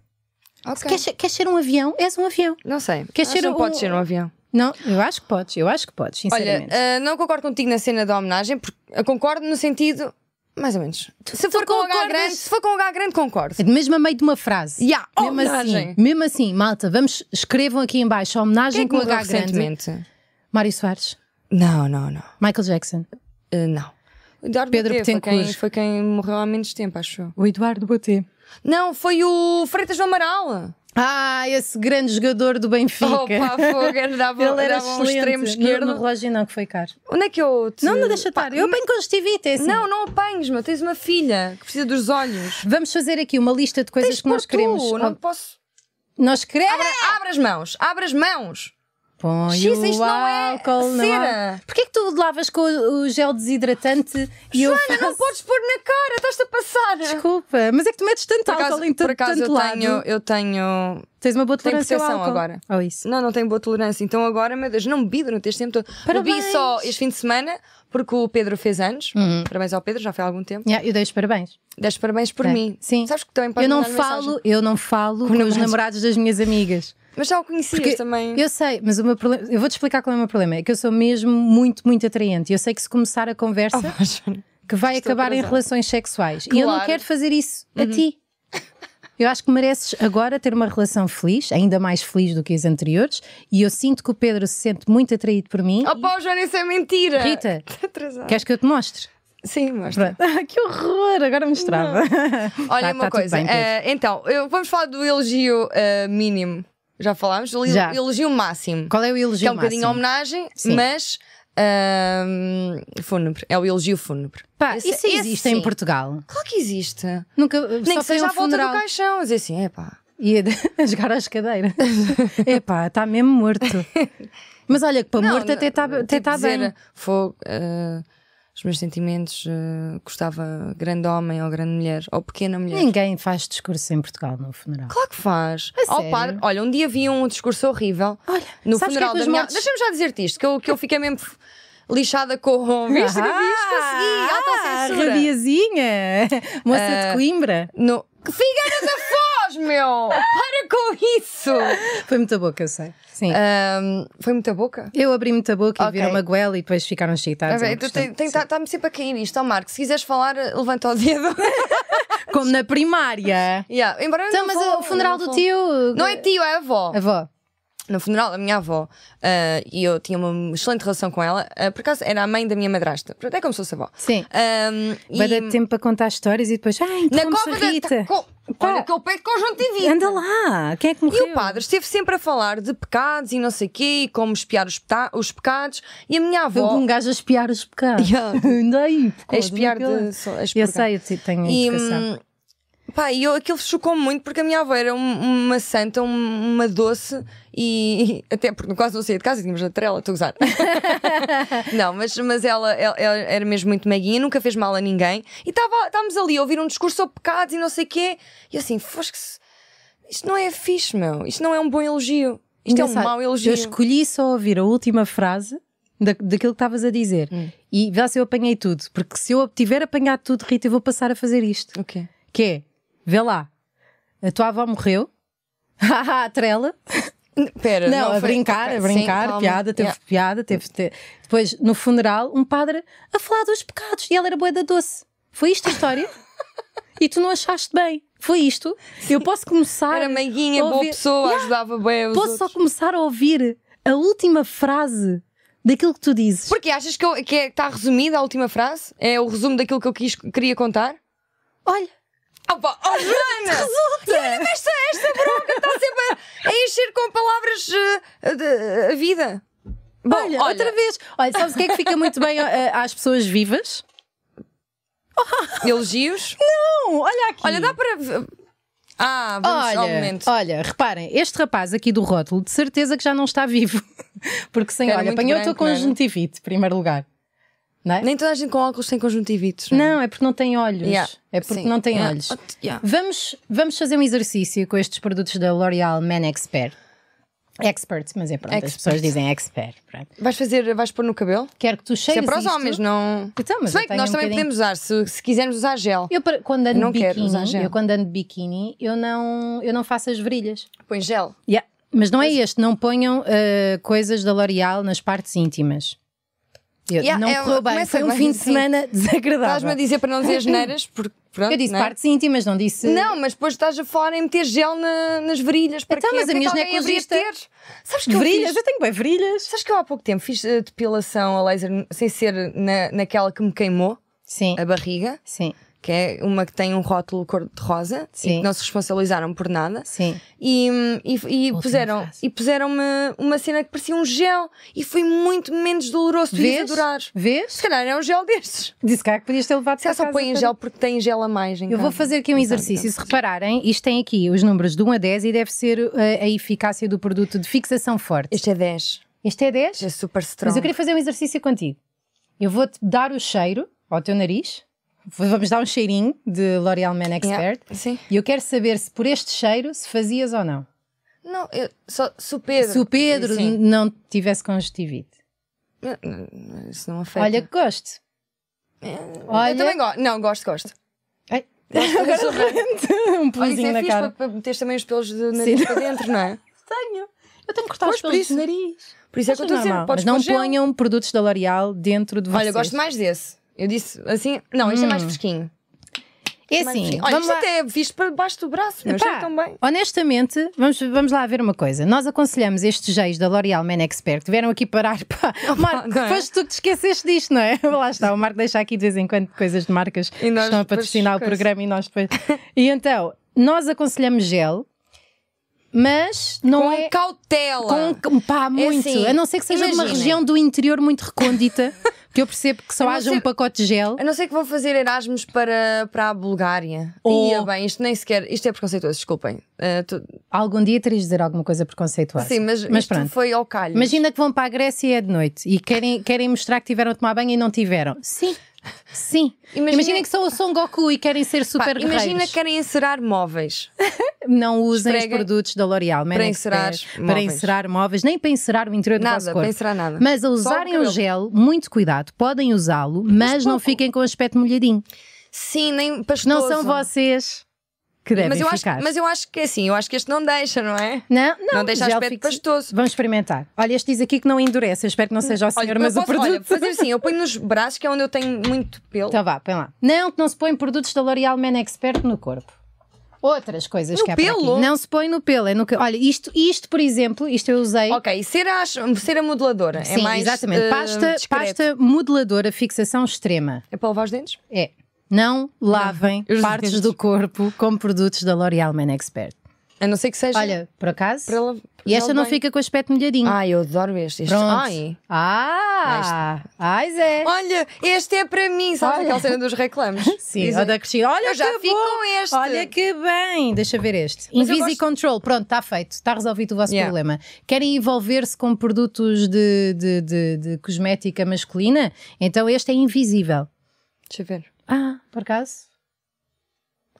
Speaker 1: Ok.
Speaker 2: Queres, queres ser um avião? És um avião.
Speaker 1: Não sei.
Speaker 2: Queres
Speaker 1: Acho
Speaker 2: ser
Speaker 1: que não
Speaker 2: um-
Speaker 1: pode ser um avião.
Speaker 2: Não, eu acho que podes, eu acho que podes,
Speaker 1: Olha,
Speaker 2: sinceramente.
Speaker 1: ah, não concordo contigo na cena da homenagem, porque eu concordo no sentido. Mais ou menos. se for com H
Speaker 2: concordas?
Speaker 1: grande, se for com H grande, concordo.
Speaker 2: Mesmo a meio de uma frase.
Speaker 1: Yeah,
Speaker 2: mesmo
Speaker 1: homenagem.
Speaker 2: assim, mesmo assim, malta, vamos, escrevam aqui em baixo homenagem
Speaker 1: Quem é que
Speaker 2: com
Speaker 1: morreu
Speaker 2: H grande.
Speaker 1: recentemente?
Speaker 2: Mário Soares,
Speaker 1: Não, não, não.
Speaker 2: Michael Jackson.
Speaker 1: Uh, não. O Eduardo
Speaker 2: Pedro
Speaker 1: Botelho foi
Speaker 2: Betancourt.
Speaker 1: quem, foi quem morreu há menos tempo, acho eu.
Speaker 2: O Eduardo Botê.
Speaker 1: Não, foi o Freitas do Amaral.
Speaker 2: Ah, esse grande jogador do Benfica.
Speaker 1: Opa, fogo, dava,
Speaker 2: Ele era
Speaker 1: dava um
Speaker 2: excelente.
Speaker 1: extremo
Speaker 2: No-
Speaker 1: esquerdo.
Speaker 2: No, relógio não, que foi caro.
Speaker 1: Onde é que eu te...
Speaker 2: Não, não deixa estar. Eu bem congestivite, é assim.
Speaker 1: Não, não apanhes, meu. Tens uma filha que precisa dos olhos.
Speaker 2: Vamos fazer aqui uma lista de coisas
Speaker 1: Tens
Speaker 2: que nós
Speaker 1: por tu,
Speaker 2: queremos.
Speaker 1: Não
Speaker 2: Oh,
Speaker 1: posso.
Speaker 2: Nós queremos.
Speaker 1: Abre as mãos, abre as mãos.
Speaker 2: Põe
Speaker 1: Xis,
Speaker 2: o
Speaker 1: isto não é
Speaker 2: álcool, não há-
Speaker 1: cera.
Speaker 2: Porquê que tu lavas com o o gel desidratante e eu
Speaker 1: Joana, não
Speaker 2: faço-
Speaker 1: podes pôr na cara, estás-te a passar.
Speaker 2: Desculpa, mas é que tu metes tanto
Speaker 1: Por acaso,
Speaker 2: álcool em
Speaker 1: por
Speaker 2: tanto,
Speaker 1: acaso
Speaker 2: tanto
Speaker 1: eu
Speaker 2: lado.
Speaker 1: tenho, eu tenho
Speaker 2: Tens uma boa
Speaker 1: Tenho
Speaker 2: tolerância ao
Speaker 1: proteção
Speaker 2: álcool.
Speaker 1: agora.
Speaker 2: Oh, isso.
Speaker 1: Não, não tenho boa tolerância. Então agora, meu Deus, não bebi durante este tempo todo.
Speaker 2: Parabéns.
Speaker 1: Bebi só este fim de semana, porque o Pedro fez anos.
Speaker 2: Uhum.
Speaker 1: Parabéns ao Pedro, já foi há algum tempo.
Speaker 2: Yeah, eu dei os parabéns.
Speaker 1: Deste parabéns por
Speaker 2: Tá.
Speaker 1: mim.
Speaker 2: Sim.
Speaker 1: Sabes que também podes
Speaker 2: Eu não,
Speaker 1: mandar mensagem.
Speaker 2: falo, eu não falo com os
Speaker 1: namorados.
Speaker 2: namorados das minhas amigas.
Speaker 1: Mas já o conhecias
Speaker 2: Porque
Speaker 1: também.
Speaker 2: Eu sei, mas o meu problema. Eu vou-te explicar qual é o meu problema. É que eu sou mesmo muito, muito atraente. Eu sei que se começar a conversa.
Speaker 1: Oh, Joana.
Speaker 2: que vai
Speaker 3: Estou
Speaker 2: acabar em
Speaker 3: atrasada.
Speaker 2: relações sexuais. E eu não
Speaker 3: Claro.
Speaker 2: quero fazer isso
Speaker 1: Uhum.
Speaker 2: a ti. Eu acho que mereces agora ter uma relação feliz, ainda mais feliz do que as anteriores, e eu sinto que o Pedro se sente muito atraído por mim.
Speaker 1: Opa, oh, Joana, isso é mentira!
Speaker 2: Rita,
Speaker 1: Atrasado.
Speaker 2: queres que eu te mostre?
Speaker 1: Sim, mostra.
Speaker 2: Pronto. Ah, que horror! Agora mostrava.
Speaker 1: Olha
Speaker 2: Tá-
Speaker 1: uma
Speaker 2: tá tudo
Speaker 1: coisa,
Speaker 2: bem, Pedro.
Speaker 1: eh, então, eu- vamos falar do elogio eh, mínimo. Já falámos? O
Speaker 2: Já.
Speaker 1: elogio máximo.
Speaker 2: Qual é o elogio?
Speaker 1: que é um bocadinho
Speaker 2: máximo?
Speaker 1: homenagem,
Speaker 2: Sim.
Speaker 1: mas ahm, fúnebre. É o elogio fúnebre.
Speaker 2: Pá,
Speaker 1: Esse-
Speaker 2: isso
Speaker 1: esse
Speaker 2: existe
Speaker 1: é- sim.
Speaker 2: em Portugal.
Speaker 1: Claro que existe.
Speaker 2: Nunca,
Speaker 1: Nem
Speaker 2: só
Speaker 1: que
Speaker 2: foi
Speaker 1: seja
Speaker 2: um
Speaker 1: à volta
Speaker 2: funeral.
Speaker 1: do caixão. Dizer assim, epá.
Speaker 2: E a, a jogar às cadeiras. Epá, está mesmo morto. Mas olha, que para
Speaker 1: Não,
Speaker 2: morto até está até
Speaker 1: tipo
Speaker 2: tá
Speaker 1: dizer,
Speaker 2: bem.
Speaker 1: Fogo, eh, os meus sentimentos eh, gostava grande homem ou grande mulher ou pequena mulher.
Speaker 2: Ninguém faz discurso em Portugal no funeral.
Speaker 1: Claro que faz.
Speaker 2: A
Speaker 1: Ao
Speaker 2: sério?
Speaker 1: par, olha, um dia vi um discurso horrível
Speaker 2: Olha,
Speaker 1: no
Speaker 2: sabes o
Speaker 1: funeral
Speaker 2: que é que os
Speaker 1: da minha.
Speaker 2: mortos-
Speaker 1: Deixa-me já dizer-te isto, que eu, que eu fiquei mesmo lixada com. Viste que eu fiz? Consegui!
Speaker 2: Ah,
Speaker 1: Autocensura! Ah.
Speaker 2: rabiazinha! Moça de Coimbra!
Speaker 1: No... Que Figueiras da Foz, meu! Para com isso!
Speaker 2: Foi muita boca, eu sei. Sim.
Speaker 1: Ahm, foi muita boca?
Speaker 2: eu abri muita Hum, boca e
Speaker 1: Ah. ok.
Speaker 2: viram uma goela e depois ficaram excitados. é um
Speaker 1: então
Speaker 2: questão-
Speaker 1: Está-me tá, sempre a cair isto, ó Marco. Se quiseres falar, eh, levanta o dedo.
Speaker 2: Como na primária.
Speaker 1: Yeah, Embora eu
Speaker 2: Então,
Speaker 1: não
Speaker 2: mas
Speaker 1: vou,
Speaker 2: o funeral
Speaker 1: eu não
Speaker 2: do
Speaker 1: vou.
Speaker 2: tio.
Speaker 1: Não é tio, é avó.
Speaker 2: Avó.
Speaker 1: No funeral da minha avó, ah, e eu tinha uma excelente relação com ela, ah, por acaso era a mãe da minha madrasta. Pronto, é como se fosse avó.
Speaker 2: Sim.
Speaker 1: Ahm,
Speaker 2: Vai
Speaker 1: e
Speaker 2: dar tempo para contar histórias e depois. Ai,
Speaker 1: na
Speaker 2: então
Speaker 1: cova da.
Speaker 2: Rita.
Speaker 1: Tá, co-
Speaker 2: Pá.
Speaker 1: Olha que eu pego conjuntivite.
Speaker 2: Anda lá, quem é que
Speaker 1: E
Speaker 2: morreu?
Speaker 1: o padre esteve sempre a falar de pecados e não sei quê, e como espiar os, peta- os pecados, e a minha
Speaker 2: Houve
Speaker 1: avó.
Speaker 2: um gajo a espiar os pecados.
Speaker 1: Yeah.
Speaker 2: Anda aí, é
Speaker 1: A espiar
Speaker 2: pô,
Speaker 1: de. só- a
Speaker 2: Eu
Speaker 1: expurgar.
Speaker 2: sei, eu te- tenho
Speaker 1: E,
Speaker 2: educação.
Speaker 1: hum, pá, e eu, aquilo chocou-me muito porque a minha avó era um- uma santa, um- uma doce e até porque quase não saía de casa, tínhamos na trela, estou a gozar. não, mas, mas ela, ela- ela era mesmo muito meiguinha, nunca fez mal a ninguém e tava- estávamos ali a ouvir um discurso sobre pecados e não sei o quê e eu assim, fosque-se, isto não é fixe, meu, isto não é um bom elogio, isto é um
Speaker 2: Engraçado,
Speaker 1: mau
Speaker 2: Eu
Speaker 1: elogio.
Speaker 2: escolhi só ouvir a última frase da, daquilo que estavas a dizer.
Speaker 1: Hum.
Speaker 2: E vê lá se eu apanhei tudo. Porque se eu tiver apanhado tudo, Rita, eu vou passar a fazer isto.
Speaker 1: O quê?
Speaker 2: Que é, vê lá, a tua avó morreu. Haha, trela.
Speaker 1: Pera,
Speaker 2: Não, a
Speaker 1: foi-
Speaker 2: brincar,
Speaker 1: ok,
Speaker 2: a
Speaker 1: sim,
Speaker 2: brincar,
Speaker 1: calma.
Speaker 2: piada, teve
Speaker 1: Yeah.
Speaker 2: piada, teve, te- Depois, no funeral, um padre a falar dos pecados e ela era boeda doce. Foi isto a história? e tu não achaste bem? Foi isto? Eu posso começar.
Speaker 1: Era meiguinha,
Speaker 2: a
Speaker 1: boa
Speaker 2: ouvir-
Speaker 1: pessoa,
Speaker 2: Yeah,
Speaker 1: ajudava bem os
Speaker 2: posso
Speaker 1: outros.
Speaker 2: só começar a ouvir a última frase daquilo que tu dizes.
Speaker 1: Porque achas que, eu- que é- está resumida a última frase? É o resumo daquilo que eu quis- queria contar?
Speaker 2: Olha,
Speaker 1: Opa, oh Joana!
Speaker 2: resulta!
Speaker 1: esta, esta bronca está sempre a, a encher com palavras eh, de- a vida. Bom,
Speaker 2: Olha, outra vez. Olha, sabes o que é que fica muito bem eh, às pessoas vivas?
Speaker 1: Elogios.
Speaker 2: Não, olha aqui.
Speaker 1: Olha, dá para. v- Ah, vamos ao
Speaker 2: Olha,
Speaker 1: momento.
Speaker 2: olha, reparem, este rapaz aqui do rótulo, de certeza que já não está vivo. Porque sem,
Speaker 1: Era
Speaker 2: olha,
Speaker 1: muito
Speaker 2: apanhou a tua
Speaker 1: branco, não é? era?
Speaker 2: conjuntivite, em primeiro lugar. Não é?
Speaker 1: Nem toda a gente com óculos tem conjuntivites. é?
Speaker 2: Não, é porque não tem olhos.
Speaker 1: Yeah,
Speaker 2: É porque
Speaker 1: sim.
Speaker 2: não tem
Speaker 1: Yeah.
Speaker 2: olhos.
Speaker 1: Yeah.
Speaker 2: Vamos, vamos fazer um exercício com estes produtos da L'Oreal Man Expert. Expert, mas é pronto, as
Speaker 1: Expert.
Speaker 2: pessoas dizem expert. pronto.
Speaker 1: Vais fazer, vais pôr no cabelo?
Speaker 2: Quero que tu
Speaker 1: Isso
Speaker 2: cheiras
Speaker 1: é para os
Speaker 2: isto.
Speaker 1: homens, não.
Speaker 2: Então, mas
Speaker 1: Se
Speaker 2: eu
Speaker 1: bem que
Speaker 2: tenho
Speaker 1: nós
Speaker 2: um
Speaker 1: também
Speaker 2: bocadinho-
Speaker 1: podemos usar, se, se quisermos usar gel.
Speaker 2: Eu para- quando ando
Speaker 1: Eu não
Speaker 2: de
Speaker 1: quero
Speaker 2: biquíni,
Speaker 1: usar gel.
Speaker 2: eu quando ando de biquíni, eu não, eu não faço as virilhas.
Speaker 1: Põe gel.
Speaker 2: Yeah. Mas não é este, não ponham eh, coisas da L'Oreal nas partes íntimas. Eu-
Speaker 1: Yeah,
Speaker 2: não
Speaker 1: é,
Speaker 2: correu bem,
Speaker 1: começa
Speaker 2: foi um
Speaker 1: bem,
Speaker 2: fim de
Speaker 1: sim.
Speaker 2: semana
Speaker 1: Estás-me a
Speaker 2: desagradável.
Speaker 1: dizer para não dizer neiras, porque pronto.
Speaker 2: Eu disse
Speaker 1: não é?
Speaker 2: partes íntimas, não disse.
Speaker 1: Não, mas depois estás a falar em meter gel na- nas varilhas para
Speaker 2: Então,
Speaker 1: quê?
Speaker 2: mas a
Speaker 1: Porque
Speaker 2: minha
Speaker 1: alguém haveria de
Speaker 2: ginecologista-
Speaker 1: ter. Sabes que eu
Speaker 2: Virilhas,
Speaker 1: fiz...
Speaker 2: eu tenho bem virilhas.
Speaker 1: Sabes que eu há pouco tempo fiz eh, depilação a laser n- sem ser na, naquela que me queimou
Speaker 2: Sim,
Speaker 1: a barriga,
Speaker 2: sim,
Speaker 1: que é uma que tem um rótulo cor-de-rosa e
Speaker 2: Sim.
Speaker 1: que não se responsabilizaram por nada.
Speaker 2: sim.
Speaker 1: E, hum, e, e
Speaker 2: Última
Speaker 1: puseram
Speaker 2: frase.
Speaker 1: e puseram-me uma cena que parecia um gel e foi muito menos doloroso. Tu ias
Speaker 2: Vês?
Speaker 1: adorar.
Speaker 2: Vês?
Speaker 1: Se calhar é um gel desses.
Speaker 2: Disse cá que podias ter levado
Speaker 1: Se é
Speaker 2: para
Speaker 1: só
Speaker 2: casa
Speaker 1: põe em
Speaker 2: para-
Speaker 1: gel porque tem gel a mais. em
Speaker 2: Eu vou
Speaker 1: casa.
Speaker 2: fazer aqui um exercício. Se repararem, isto tem aqui os números de 1 a 10 e deve ser eh, a eficácia do produto de fixação forte.
Speaker 1: Este é 10.
Speaker 2: Este é 10?
Speaker 1: Este é super strong.
Speaker 2: Mas eu queria fazer um exercício contigo. Eu vou-te dar o cheiro ao teu nariz. V- Vamos dar um cheirinho de L'Oreal Man Expert.
Speaker 1: Yeah. Sim.
Speaker 2: E eu quero saber se por este cheiro se fazias ou não.
Speaker 1: Não, eu, só, se o Pedro.
Speaker 2: Se o Pedro
Speaker 1: Sim.
Speaker 2: não tivesse conjuntivite.
Speaker 1: Isso não afeta.
Speaker 2: Olha que gosto. Olha,
Speaker 1: Eh, Eu também gosto. Não, gosto, gosto.
Speaker 2: Ai.
Speaker 1: Gosto, gosto.
Speaker 2: um
Speaker 1: Olha, isso
Speaker 2: peluzinho
Speaker 1: é
Speaker 2: na
Speaker 1: fixe para,
Speaker 2: cara.
Speaker 1: para meteres também os pelos de nariz para dentro, não é?
Speaker 2: Tenho. Eu tenho que cortar
Speaker 1: Pois,
Speaker 2: os
Speaker 1: por
Speaker 2: pelos
Speaker 1: isso.
Speaker 2: do nariz.
Speaker 1: Por isso é que eu estou a dizer,
Speaker 2: Normal.
Speaker 1: podes
Speaker 2: Mas não
Speaker 1: pôr gel.
Speaker 2: ponham produtos da L'Oreal dentro de vocês.
Speaker 1: Olha, gosto mais desse. Eu disse assim, não, isto é mais fresquinho.
Speaker 2: É
Speaker 1: mais
Speaker 2: assim,
Speaker 1: fresquinho. Olha,
Speaker 2: vamos
Speaker 1: isto
Speaker 2: lá.
Speaker 1: até é visto para baixo do braço, não
Speaker 2: Epá,
Speaker 1: achei tão bem.
Speaker 2: Honestamente, vamos, vamos lá ver uma coisa. Nós aconselhamos estes géis da L'Oréal Man Expert. Vieram aqui parar. Pá. Marco,
Speaker 1: não é?
Speaker 2: foste tu que te esqueceste disto, não é? Lá está, o Marco deixa aqui de vez em quando coisas de marcas que
Speaker 1: E nós
Speaker 2: estão a
Speaker 1: depois
Speaker 2: patrocinar o
Speaker 1: coisa.
Speaker 2: programa e nós depois. e então, nós aconselhamos gel, mas não
Speaker 1: Com
Speaker 2: é.
Speaker 1: cautela.
Speaker 2: Com, pá, muito.
Speaker 1: assim,
Speaker 2: a não ser que seja de uma
Speaker 1: imaginem.
Speaker 2: região do interior muito recôndita, que eu percebo que
Speaker 1: A
Speaker 2: só
Speaker 1: não
Speaker 2: haja um
Speaker 1: ser-
Speaker 2: pacote de gel.
Speaker 1: A não ser que vão fazer Erasmus para, para a Bulgária.
Speaker 2: Oh.
Speaker 1: Ia bem, isto nem sequer. Isto é preconceituoso, desculpem. Ah, tu-
Speaker 2: Algum dia terias de dizer alguma coisa preconceituosa.
Speaker 1: sim, mas,
Speaker 2: Mas
Speaker 1: isto
Speaker 2: pronto.
Speaker 1: foi ao calho.
Speaker 2: Imagina que vão para a Grécia e é de noite e querem, querem mostrar que tiveram a tomar banho e não tiveram. Sim, sim. Imagina,
Speaker 1: Imagina-
Speaker 2: que são o Son Goku e querem ser
Speaker 1: Pá,
Speaker 2: super guerreiros.
Speaker 1: imagina que querem encerar móveis.
Speaker 2: Não usem os
Speaker 1: esfreguem
Speaker 2: produtos da L'Oréal, Man
Speaker 1: para
Speaker 2: Expert,
Speaker 1: encerar
Speaker 2: para
Speaker 1: móveis.
Speaker 2: encerar móveis, nem para encerar o interior do vosso
Speaker 1: Nada,
Speaker 2: corpo.
Speaker 1: para encerar nada.
Speaker 2: Mas a
Speaker 1: Só o
Speaker 2: usarem o
Speaker 1: cabelo.
Speaker 2: gel, muito cuidado, podem usá-lo, mas não
Speaker 1: pouco.
Speaker 2: fiquem com o aspecto molhadinho.
Speaker 1: Sim, nem pastoso.
Speaker 2: Não são vocês que devem
Speaker 1: Mas eu, acho,
Speaker 2: ficar.
Speaker 1: mas eu acho que é assim, eu acho que este não deixa, não é?
Speaker 2: Não, não,
Speaker 1: Não deixa
Speaker 2: gel
Speaker 1: aspecto
Speaker 2: fixa-
Speaker 1: pastoso.
Speaker 2: Vamos experimentar. Olha, este diz aqui que não endurece. Eu espero que não seja o senhor,
Speaker 1: eu
Speaker 2: mas o
Speaker 1: posso-
Speaker 2: produto.
Speaker 1: olha, fazer assim, eu ponho nos braços, que é onde eu tenho muito pelo.
Speaker 2: Então vá, põe lá. Não, que não se põem produtos da L'Oréal Man Expert no corpo. Outras coisas
Speaker 1: No
Speaker 2: que há por aqui.
Speaker 1: pelo?
Speaker 2: Não se põe no pelo. É no... que- Olha, isto, isto, por exemplo, isto eu usei.
Speaker 1: Ok, cera, as- cera modeladora.
Speaker 2: Sim,
Speaker 1: é mais.
Speaker 2: exatamente.
Speaker 1: eh,
Speaker 2: Pasta,
Speaker 1: discreto.
Speaker 2: pasta modeladora, fixação extrema.
Speaker 1: É para lavar os dentes?
Speaker 2: É. Não lavem
Speaker 1: Os
Speaker 2: partes
Speaker 1: dentes.
Speaker 2: do corpo com produtos da L'Oréal Man Expert.
Speaker 1: A não ser que seja.
Speaker 2: Olha, por acaso.
Speaker 1: para la-
Speaker 2: E esta não
Speaker 1: bem.
Speaker 2: fica com aspecto molhadinho.
Speaker 1: Ai, eu adoro este. Este-
Speaker 2: Pronto.
Speaker 1: Ai.
Speaker 2: Ah! Ai, Zé!
Speaker 1: Olha, este é para mim, sabes
Speaker 2: Olha.
Speaker 1: aquela cena dos reclames?
Speaker 2: Sim,
Speaker 1: Dizem,
Speaker 2: ou da Cristina. Olha,
Speaker 1: Eu já
Speaker 2: que
Speaker 1: fico
Speaker 2: bom.
Speaker 1: com este.
Speaker 2: Olha que bem. Deixa ver este.
Speaker 1: Mas eu
Speaker 2: Invisi
Speaker 1: gosto-
Speaker 2: Control. Pronto, está feito. Está resolvido o vosso
Speaker 1: Yeah.
Speaker 2: problema. Querem envolver-se com produtos de, de, de- de cosmética masculina? Então este é invisível.
Speaker 1: Deixa eu ver.
Speaker 2: Ah, por acaso?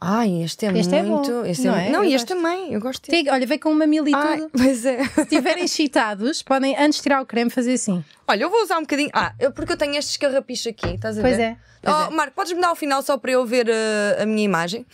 Speaker 1: Ai, este é
Speaker 2: Este é
Speaker 1: muito.
Speaker 2: bom,
Speaker 1: este
Speaker 2: não
Speaker 1: não,
Speaker 2: é?
Speaker 1: não
Speaker 2: Eu
Speaker 1: e este
Speaker 2: gosto.
Speaker 1: também. Eu gosto deste.
Speaker 2: Tem- olha, vem com uma mil e
Speaker 1: Ai,
Speaker 2: tudo.
Speaker 1: pois é.
Speaker 2: Se estiverem excitados, podem, antes de tirar o creme, fazer assim.
Speaker 1: Olha, eu vou usar um bocadinho. Ah, eu- porque eu tenho estes carrapichos aqui, estás a
Speaker 2: Pois
Speaker 1: ver?
Speaker 2: é, pois
Speaker 1: Oh, Marco, podes-me dar ao final só para eu ver eh, a minha imagem?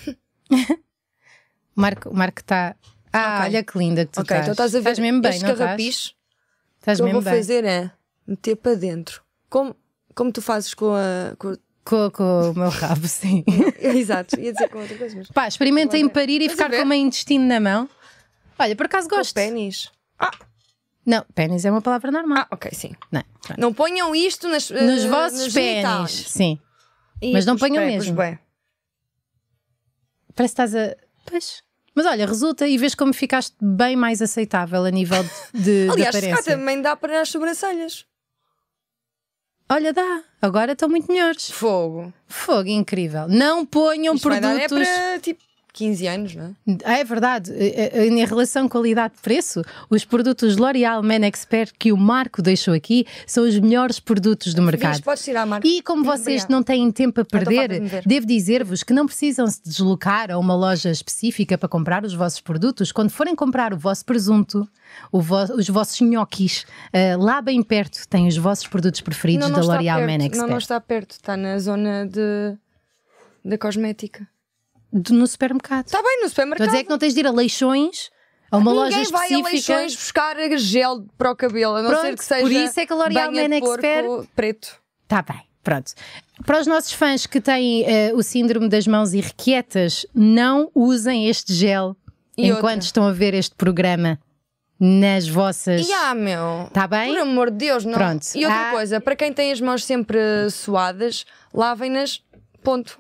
Speaker 2: O Marco o Marco está. Ah,
Speaker 1: Ok.
Speaker 2: olha que linda que tu
Speaker 1: ok,
Speaker 2: estás.
Speaker 1: então estás a ver
Speaker 2: Estás mesmo bem,
Speaker 1: estes
Speaker 2: não estás?
Speaker 1: carrapichos. O
Speaker 2: Estás
Speaker 1: que eu
Speaker 2: mesmo
Speaker 1: vou
Speaker 2: bem.
Speaker 1: fazer é meter para dentro. Como, como tu fazes com a. com-
Speaker 2: Com, com o meu rabo, sim.
Speaker 1: Exato, ia dizer com outra coisa, mas.
Speaker 2: Pá, experimentem
Speaker 1: Agora,
Speaker 2: parir e
Speaker 1: estás a
Speaker 2: ficar
Speaker 1: ver?
Speaker 2: com o intestino na mão. Olha, por acaso
Speaker 1: Com o
Speaker 2: gosto.
Speaker 1: pênis. Ah,
Speaker 2: Não, pênis é uma palavra normal.
Speaker 1: ah, ok, sim.
Speaker 2: Não. é?
Speaker 1: Não ponham isto nas, eh,
Speaker 2: Nos vossos
Speaker 1: nos
Speaker 2: pênis.
Speaker 1: genitais.
Speaker 2: Sim.
Speaker 1: Ih,
Speaker 2: Mas não
Speaker 1: pois
Speaker 2: ponham
Speaker 1: bem, pois
Speaker 2: mesmo.
Speaker 1: bem.
Speaker 2: Parece que estás a. Pois. Mas olha, resulta e vês como ficaste bem mais aceitável a nível de, de
Speaker 1: Aliás, se cá
Speaker 2: aparência.
Speaker 1: também dá para as sobrancelhas.
Speaker 2: Olha, dá. Agora estão muito melhores.
Speaker 1: Fogo.
Speaker 2: Fogo incrível. Não ponham
Speaker 1: Isto vai dar é
Speaker 2: produtos.
Speaker 1: para tipo 15 anos, não é?
Speaker 2: Ah, É verdade, Eh, eh, em relação qualidade-preço, os produtos L'Oréal Man Expert que o Marco deixou aqui são os melhores produtos do mercado.
Speaker 1: Vias, podes tirar a marca.
Speaker 2: E como
Speaker 1: Muito obrigada.
Speaker 2: vocês
Speaker 1: Então,
Speaker 2: não têm tempo a
Speaker 1: farta de me
Speaker 2: perder,
Speaker 1: ver.
Speaker 2: devo dizer-vos que não precisam se deslocar a uma loja específica para comprar os vossos produtos. Quando forem comprar o vosso presunto, o vo- os vossos nhoquis, eh, lá bem perto têm os vossos produtos preferidos da
Speaker 1: está
Speaker 2: L'Oréal
Speaker 1: perto,
Speaker 2: Man
Speaker 1: não,
Speaker 2: Expert.
Speaker 1: Não, está perto, está na zona de, da cosmética.
Speaker 2: Do- no supermercado.
Speaker 1: Está bem, no
Speaker 2: Estou a
Speaker 1: supermercado.
Speaker 2: dizer que não tens de ir a leixões, a uma
Speaker 1: Ninguém
Speaker 2: loja
Speaker 1: vai a
Speaker 2: específica.
Speaker 1: leixões buscar gel para o cabelo, a não
Speaker 2: Pronto,
Speaker 1: ser que seja
Speaker 2: por isso é que a L'Oréal
Speaker 1: banha de
Speaker 2: Man
Speaker 1: porco
Speaker 2: Expert-
Speaker 1: preto.
Speaker 2: Tá bem, pronto. Para os nossos fãs que têm eh, o síndrome das mãos irrequietas, não usem este gel
Speaker 1: E
Speaker 2: enquanto
Speaker 1: outra?
Speaker 2: estão a ver este programa nas vossas.
Speaker 1: E ah, meu.
Speaker 2: Tá bem?
Speaker 1: Por amor de Deus, não.
Speaker 2: Pronto.
Speaker 1: E outra
Speaker 2: Ah.
Speaker 1: coisa, para quem tem as mãos sempre suadas, lavem-nas. Ponto.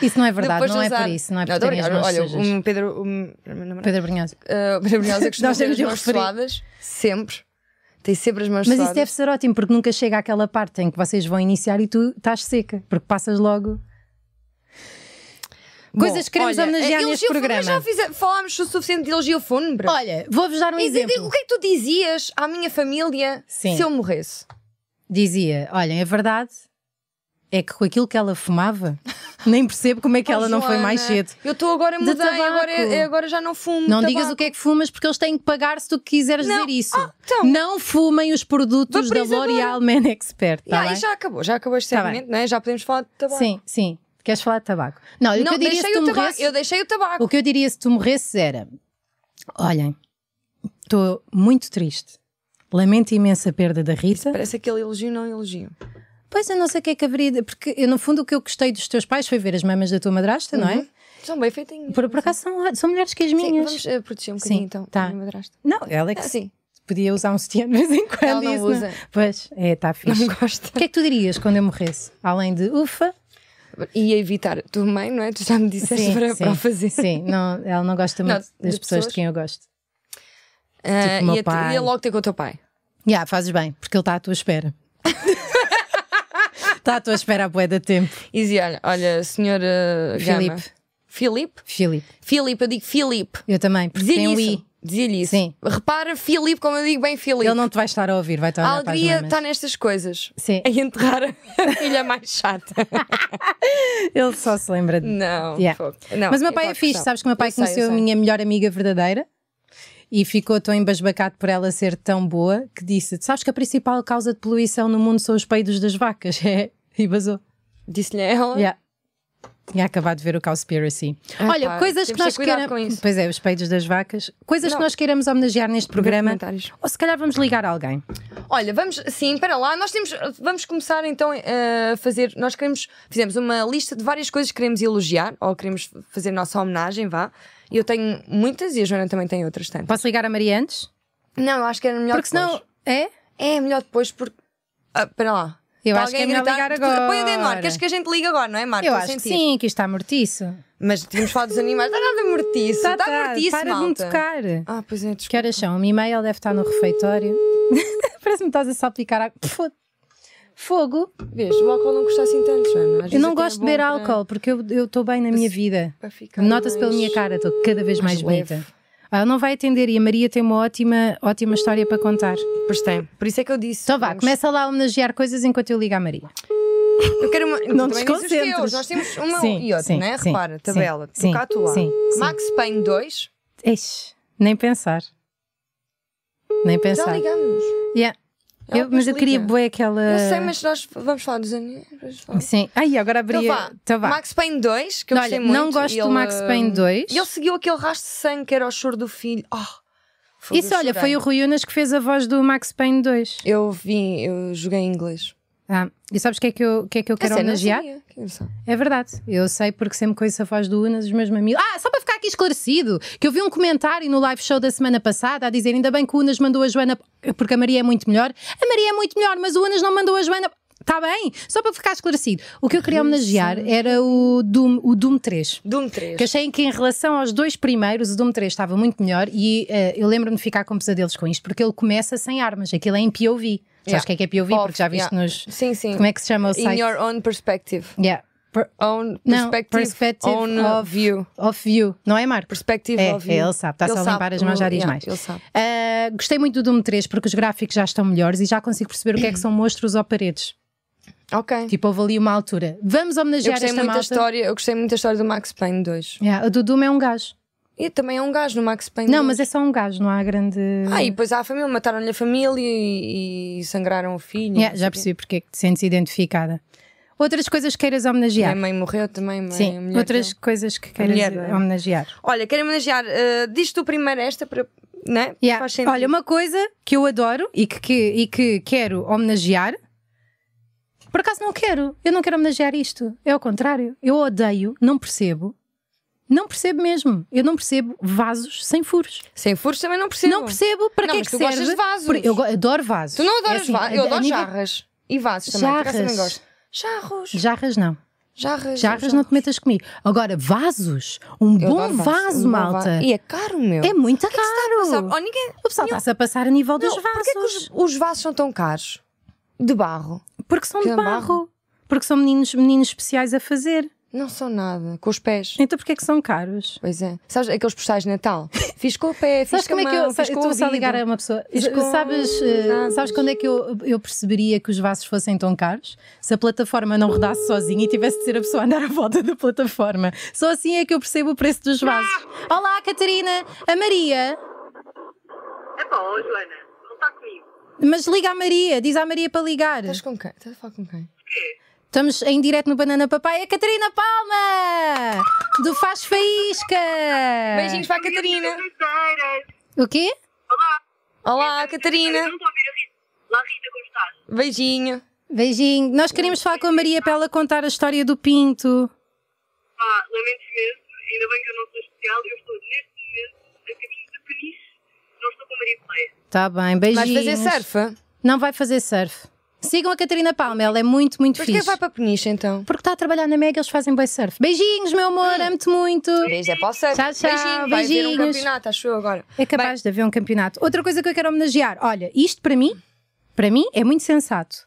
Speaker 2: Isso não é verdade,
Speaker 1: Depois
Speaker 2: não
Speaker 1: de
Speaker 2: é
Speaker 1: usar.
Speaker 2: por isso, não é por
Speaker 1: tô a
Speaker 2: terem as
Speaker 1: brincar.
Speaker 2: mãos
Speaker 1: Olha, um
Speaker 2: sujas.
Speaker 1: o Pedro. um, O meu namorado-
Speaker 2: Pedro Brunhosa.
Speaker 1: Uh, Maria Brunhosa costuma
Speaker 2: Nós
Speaker 1: ter
Speaker 2: temos
Speaker 1: as
Speaker 2: de o
Speaker 1: mãos
Speaker 2: referir.
Speaker 1: suadas, sempre. Tem sempre as mãos
Speaker 2: Mas isso
Speaker 1: suadas.
Speaker 2: deve ser ótimo, porque nunca chega àquela parte em que vocês vão iniciar e tu estás seca, porque passas logo. Coisas que queremos homenagear neste
Speaker 1: elogio fúnebre,
Speaker 2: programa.
Speaker 1: eh, Já fiz- falámos o suficiente de elogio fúnebre.
Speaker 2: Olha, vou-vos dar um
Speaker 1: E
Speaker 2: exemplo.
Speaker 1: digo, o que é que tu dizias à minha família
Speaker 2: Sim.
Speaker 1: se eu morresse?
Speaker 2: dizia: Olhem, a verdade é que com aquilo que ela fumava, nem percebo como é que
Speaker 1: Oh,
Speaker 2: ela não foi mais
Speaker 1: Joana,
Speaker 2: cedo.
Speaker 1: Eu estou agora
Speaker 2: De
Speaker 1: mudei,
Speaker 2: tabaco.
Speaker 1: agora, é- agora já não fumo.
Speaker 2: Não digas o que é que fumas, porque eles têm que pagar se tu quiseres
Speaker 1: Não.
Speaker 2: dizer isso.
Speaker 1: Ah, então.
Speaker 2: Não fumem os produtos da
Speaker 1: Vaporizador.
Speaker 2: L'Oréal Man Expert. Tá
Speaker 1: e
Speaker 2: bem?
Speaker 1: já acabou, já acabou este
Speaker 2: Tá
Speaker 1: segmento, não é? Já podemos falar de tabaco.
Speaker 2: Sim, sim. Queres falar de tabaco? Não, o que
Speaker 1: Não,
Speaker 2: eu diria se
Speaker 1: deixei
Speaker 2: tu
Speaker 1: o tabaco.
Speaker 2: morresses-
Speaker 1: Eu deixei o tabaco.
Speaker 2: O que eu diria se tu morresses era: olhem, estou muito triste. Lamento imensa perda da Rita.
Speaker 1: Parece aquele elogio, não elogio.
Speaker 2: Pois eu não sei o que é que haveria. de- Porque eu, no fundo o que eu gostei dos teus pais foi ver as mamas da tua madrasta, não é?
Speaker 1: Uhum. São bem feitinhos.
Speaker 2: Por, por acaso são, são melhores que as
Speaker 1: Sim,
Speaker 2: minhas.
Speaker 1: vamos eh, proteger um bocadinho
Speaker 2: Sim,
Speaker 1: então.
Speaker 2: tá.
Speaker 1: a minha madrasta.
Speaker 2: Não, ela é que
Speaker 1: Ah, sim.
Speaker 2: podia usar um sutiã de vez em quando.
Speaker 1: Ela não
Speaker 2: isso
Speaker 1: usa.
Speaker 2: Pois, é, está fixe.
Speaker 1: Não gosta.
Speaker 2: O que é que tu dirias quando eu morresse? Além de ufa,
Speaker 1: E a evitar a tua mãe, não é? Tu já me disseste para, para o fazer.
Speaker 2: Sim, não, ela não gosta
Speaker 1: Não,
Speaker 2: muito das
Speaker 1: de
Speaker 2: pessoas, de
Speaker 1: pessoas.
Speaker 2: quem eu gosto.
Speaker 1: Ah,
Speaker 2: Tipo meu
Speaker 1: e, a,
Speaker 2: pai.
Speaker 1: e a logo ter com o teu pai.
Speaker 2: Já, fazes bem, porque ele está à tua espera. Está à tua espera a boeda tempo.
Speaker 1: E dizia: olha, olha senhora Gama.
Speaker 2: Filipe.
Speaker 1: Filipe?
Speaker 2: Filipe,
Speaker 1: Filipe, eu digo Filipe.
Speaker 2: eu também, porque tem
Speaker 1: Dizia-lhe
Speaker 2: o
Speaker 1: isso.
Speaker 2: I.
Speaker 1: Dizia-lhe isso.
Speaker 2: Sim.
Speaker 1: Repara, Filipe, como eu digo bem, Filipe.
Speaker 2: Ele não te vai estar a ouvir, vai estar a
Speaker 1: A
Speaker 2: olhar para as
Speaker 1: alegria tá-
Speaker 2: mamas.
Speaker 1: está nestas coisas.
Speaker 2: Sim.
Speaker 1: A enterrar a filha mais chata.
Speaker 2: Ele só se lembra de.
Speaker 1: Não,
Speaker 2: Yeah.
Speaker 1: fogo. não.
Speaker 2: Mas o meu
Speaker 1: é
Speaker 2: pai é
Speaker 1: qualquer
Speaker 2: fixe,
Speaker 1: questão.
Speaker 2: sabes que o meu pai
Speaker 1: Eu sei, eu
Speaker 2: conheceu a
Speaker 1: sei.
Speaker 2: minha melhor amiga verdadeira e ficou tão embasbacado por ela ser tão boa que disse: Sabes que a principal causa de poluição no mundo são os peidos das vacas? É. E basou.
Speaker 1: Disse-lhe a ela.
Speaker 2: Yeah. Tinha acabado de ver o Cowspiracy.
Speaker 1: Ah,
Speaker 2: Olha,
Speaker 1: pá,
Speaker 2: coisas
Speaker 1: temos
Speaker 2: que
Speaker 1: de
Speaker 2: nós
Speaker 1: ter cuidado
Speaker 2: queiramos.
Speaker 1: com isso.
Speaker 2: Pois é, os peidos das vacas. Coisas
Speaker 1: Não.
Speaker 2: que nós queiramos homenagear neste programa.
Speaker 1: comentários.
Speaker 2: Ou se calhar vamos ligar a alguém.
Speaker 1: Olha, vamos, sim, para lá, nós temos, vamos começar então eh, a fazer, nós queremos, fizemos uma lista de várias coisas que queremos elogiar, ou queremos fazer nossa homenagem, vá. Eu tenho muitas e a Joana também tem outras tantas.
Speaker 2: Posso ligar a Maria antes?
Speaker 1: Não, eu acho que era melhor
Speaker 2: Porque senão.
Speaker 1: depois.
Speaker 2: É?
Speaker 1: É melhor depois porque. Ah, para lá.
Speaker 2: Eu
Speaker 1: Está
Speaker 2: acho que
Speaker 1: alguém
Speaker 2: é
Speaker 1: a
Speaker 2: melhor ligar
Speaker 1: Depois-
Speaker 2: agora.
Speaker 1: Põe o dedo no ar, queres que a gente liga agora, não é, Marco?
Speaker 2: Eu
Speaker 1: Estou a
Speaker 2: acho que
Speaker 1: sentir.
Speaker 2: sim, que isto está mortiço.
Speaker 1: Mas tínhamos falado dos animais, dá nada mortiço, dá mortiço,
Speaker 2: Tá para de me
Speaker 1: malta.
Speaker 2: tocar.
Speaker 1: Ah, pois é,
Speaker 2: Que
Speaker 1: desculpa.
Speaker 2: horas são? Uma e meia, ele deve estar no refeitório. Parece-me que estás a salpicar água. Fo- Fogo.
Speaker 1: Vês, o álcool não custa assim tanto, Joana. Às
Speaker 2: Eu
Speaker 1: vezes
Speaker 2: não
Speaker 1: até é
Speaker 2: gosto de
Speaker 1: bom
Speaker 2: beber
Speaker 1: para-
Speaker 2: álcool porque eu eu estou bem na minha vida.
Speaker 1: para ficar
Speaker 2: Nota-se pela
Speaker 1: mais-
Speaker 2: minha cara, estou cada vez mais,
Speaker 1: mais leve.
Speaker 2: bonita. Ah, Ela não vai atender e a Maria tem uma ótima, ótima história para contar.
Speaker 1: Pois tem, por isso é que eu disse.
Speaker 2: Então vá,
Speaker 1: vamos-
Speaker 2: começa lá a homenagear coisas enquanto eu ligo à Maria.
Speaker 1: Eu quero uma. Não
Speaker 2: desconcentres.
Speaker 1: Nós temos uma
Speaker 2: Sim,
Speaker 1: e outra,
Speaker 2: sim,
Speaker 1: né?
Speaker 2: sim,
Speaker 1: Repara,
Speaker 2: sim,
Speaker 1: tabela.
Speaker 2: sim,
Speaker 1: Tocar tu lá.
Speaker 2: sim, sim.
Speaker 1: Max Payne 2.
Speaker 2: Eixe, nem pensar. Nem
Speaker 1: Já
Speaker 2: pensar.
Speaker 1: ligamos.
Speaker 2: Yeah.
Speaker 1: Ela
Speaker 2: Eu- mas eu
Speaker 1: depois
Speaker 2: queria
Speaker 1: liga.
Speaker 2: bué aquela.
Speaker 1: Eu sei, mas nós vamos falar dos aninhos.
Speaker 2: Sim. Ai, agora abri.
Speaker 1: Então
Speaker 2: a-
Speaker 1: vá.
Speaker 2: Então vá.
Speaker 1: Max Payne 2, que eu
Speaker 2: Olha,
Speaker 1: gostei muito.
Speaker 2: não gosto
Speaker 1: Ele,
Speaker 2: do
Speaker 1: eh, hum,
Speaker 2: Max Payne 2.
Speaker 1: Ele seguiu aquele rastro de sangue que era o choro do filho. Oh, fogo,
Speaker 2: Isso,
Speaker 1: eu
Speaker 2: olha,
Speaker 1: chorei.
Speaker 2: foi o Rui Unas que fez a voz do Max Payne 2.
Speaker 1: Eu vi, eu joguei em inglês.
Speaker 2: Ah, e sabes o que é que eu, o que é que eu quero
Speaker 1: A sério, não
Speaker 2: homenagear?
Speaker 1: sabia. Que engraçado.
Speaker 2: É verdade, eu sei porque sempre conheço a voz do Unas, os meus mamilos. Ah, só para ficar aqui esclarecido, que eu vi um comentário no live show da semana passada a dizer ainda bem que o Unas mandou a Joana, porque a Maria é muito melhor. A Maria é muito melhor, mas o Unas não mandou a Joana. Está bem, só para ficar esclarecido. O que eu queria homenagear era o Doom, o Doom 3.
Speaker 1: Doom 3.
Speaker 2: Que achei que em relação aos dois primeiros, o Doom 3 estava muito melhor e eh, eu lembro-me de ficar com pesadelos com isto, porque ele começa sem armas, aquilo é em POV.
Speaker 1: Yeah.
Speaker 2: Sabes o que é que é POV?
Speaker 1: Off,
Speaker 2: porque já viste
Speaker 1: yeah.
Speaker 2: nos.
Speaker 1: Sim, sim.
Speaker 2: Como é que se chama o
Speaker 1: In
Speaker 2: site?
Speaker 1: your own perspective.
Speaker 2: Yeah. Per-
Speaker 1: Own
Speaker 2: Não,
Speaker 1: perspective.
Speaker 2: perspective
Speaker 1: own
Speaker 2: of-
Speaker 1: view.
Speaker 2: Of you, não é, Marco?
Speaker 1: Perspective
Speaker 2: É,
Speaker 1: of
Speaker 2: é,
Speaker 1: you.
Speaker 2: ele sabe, está só a
Speaker 1: sabe,
Speaker 2: limpar as mãos, já diz
Speaker 1: yeah,
Speaker 2: mais.
Speaker 1: Ele sabe.
Speaker 2: Ah, gostei muito do Doom 3 porque os gráficos já estão melhores e já consigo perceber o que é que são monstros ou paredes.
Speaker 1: Ok.
Speaker 2: Tipo, houve ali uma altura. Vamos
Speaker 1: eu
Speaker 2: homenagear
Speaker 1: gostei
Speaker 2: esta
Speaker 1: muito da
Speaker 2: malta.
Speaker 1: história, eu gostei muito da história do Max Payne 2.
Speaker 2: Yeah, o do Doom é um gajo.
Speaker 1: E também é um gajo no Max Payne
Speaker 2: Não,
Speaker 1: 2.
Speaker 2: mas é só um gajo, não há grande.
Speaker 1: Ah, e depois há a família, mataram-lhe a família e, e sangraram o filho.
Speaker 2: Yeah,
Speaker 1: não
Speaker 2: já
Speaker 1: sei
Speaker 2: percebi porque é que te sentes identificada. Outras coisas que queiras
Speaker 1: quê. A
Speaker 2: homenagear.
Speaker 1: mãe morreu também, a mãe, a
Speaker 2: Sim,
Speaker 1: mulher
Speaker 2: outras
Speaker 1: dele.
Speaker 2: coisas que queiras
Speaker 1: mulher, não é?
Speaker 2: homenagear.
Speaker 1: Olha, quero homenagear. eh, diz tu primeiro esta para. Né?
Speaker 2: Yeah.
Speaker 1: Faz sentido.
Speaker 2: Olha, uma coisa que eu adoro e que, que- e que quero homenagear. Por acaso não quero, eu não quero homenagear isto. É ao contrário, eu odeio, não percebo. Não percebo mesmo. Eu não percebo vasos sem furos.
Speaker 1: Sem furos também não percebo.
Speaker 2: Não percebo para
Speaker 1: Não,
Speaker 2: que é
Speaker 1: mas
Speaker 2: que
Speaker 1: tu
Speaker 2: serve.
Speaker 1: gostas de vasos.
Speaker 2: Por- Eu go- adoro vasos.
Speaker 1: Tu não adoras
Speaker 2: É assim,
Speaker 1: vasos. Eu
Speaker 2: a- a
Speaker 1: adoro
Speaker 2: nível-
Speaker 1: jarras. E vasos também. por acaso também
Speaker 2: Jarras.
Speaker 1: gosto. Jarros.
Speaker 2: Jarras não.
Speaker 1: Jarras.
Speaker 2: Jarras não te metas comigo. Agora, vasos. Um
Speaker 1: Eu
Speaker 2: bom
Speaker 1: adoro
Speaker 2: vaso,
Speaker 1: vasos. Um bom
Speaker 2: malta.
Speaker 1: vaso. E é caro, meu.
Speaker 2: É muito
Speaker 1: Sabe,
Speaker 2: caro.
Speaker 1: oh, ninguém...
Speaker 2: O pessoal está-se a passar a nível dos
Speaker 1: Não,
Speaker 2: vasos.
Speaker 1: porquê que os, os vasos são tão caros? De barro.
Speaker 2: Porque são
Speaker 1: Que
Speaker 2: de
Speaker 1: é
Speaker 2: barro.
Speaker 1: barro.
Speaker 2: Porque são meninos, meninos especiais a fazer.
Speaker 1: Não são nada. Com os pés.
Speaker 2: Então porquê é que são caros?
Speaker 1: Pois é. Sabes aqueles postais de Natal? Fiz com o pé, fiz
Speaker 2: Sabes
Speaker 1: com
Speaker 2: como
Speaker 1: a
Speaker 2: é
Speaker 1: mão,
Speaker 2: que eu. sa-
Speaker 1: fiz
Speaker 2: eu
Speaker 1: com o
Speaker 2: Estou só a
Speaker 1: ouvido.
Speaker 2: ligar a uma pessoa.
Speaker 1: Fiz
Speaker 2: Sa-
Speaker 1: com
Speaker 2: Sabes, eh,
Speaker 1: nada.
Speaker 2: sabes quando é que eu, eu perceberia que os vasos fossem tão caros? Se a plataforma não rodasse sozinha e tivesse de ser a pessoa a andar à volta da plataforma. Só assim é que eu percebo o preço dos vasos.
Speaker 1: Ah!
Speaker 2: Olá, Catarina! A Maria.
Speaker 3: É bom, Joana, não está comigo.
Speaker 2: Mas liga à Maria, diz à Maria para ligar.
Speaker 1: Estás com quem? Estás a falar com quem?
Speaker 2: Estamos em direto no Banana Papai. É a Catarina Palma! Do Faz Faísca! É.
Speaker 1: Beijinhos para a Catarina.
Speaker 3: Caras,
Speaker 2: O quê?
Speaker 3: olá.
Speaker 1: Olá,
Speaker 3: Eu
Speaker 1: Catarina.
Speaker 3: não estou a ouvir a Rita. Olá, Rita, como estás?
Speaker 1: Beijinho.
Speaker 2: Beijinho. Nós queríamos falar com a Maria para ela contar a história do Pinto.
Speaker 3: Pá, lamento imenso, ainda bem que eu não sou especial, eu estou neste momento a caminho de Peniche, não estou com Maria Pleia.
Speaker 2: Tá bem, beijinhos.
Speaker 1: Vais fazer surf?
Speaker 2: Não vai fazer surf. Sigam a Catarina Palma, ela é muito, muito
Speaker 1: Mas
Speaker 2: fixe.
Speaker 1: quem vai para Peniche então?
Speaker 2: Porque está a trabalhar na Mega, eles fazem bem surf. Beijinhos, meu amor, amo-te muito.
Speaker 1: Beijo, é para o surf.
Speaker 2: Tchau, tchau,
Speaker 1: Beijinho, vai haver um
Speaker 2: beijinhos.
Speaker 1: campeonato, acho eu agora.
Speaker 2: É capaz de haver um campeonato. Outra coisa que eu quero homenagear, olha, isto para mim, para mim é muito sensato.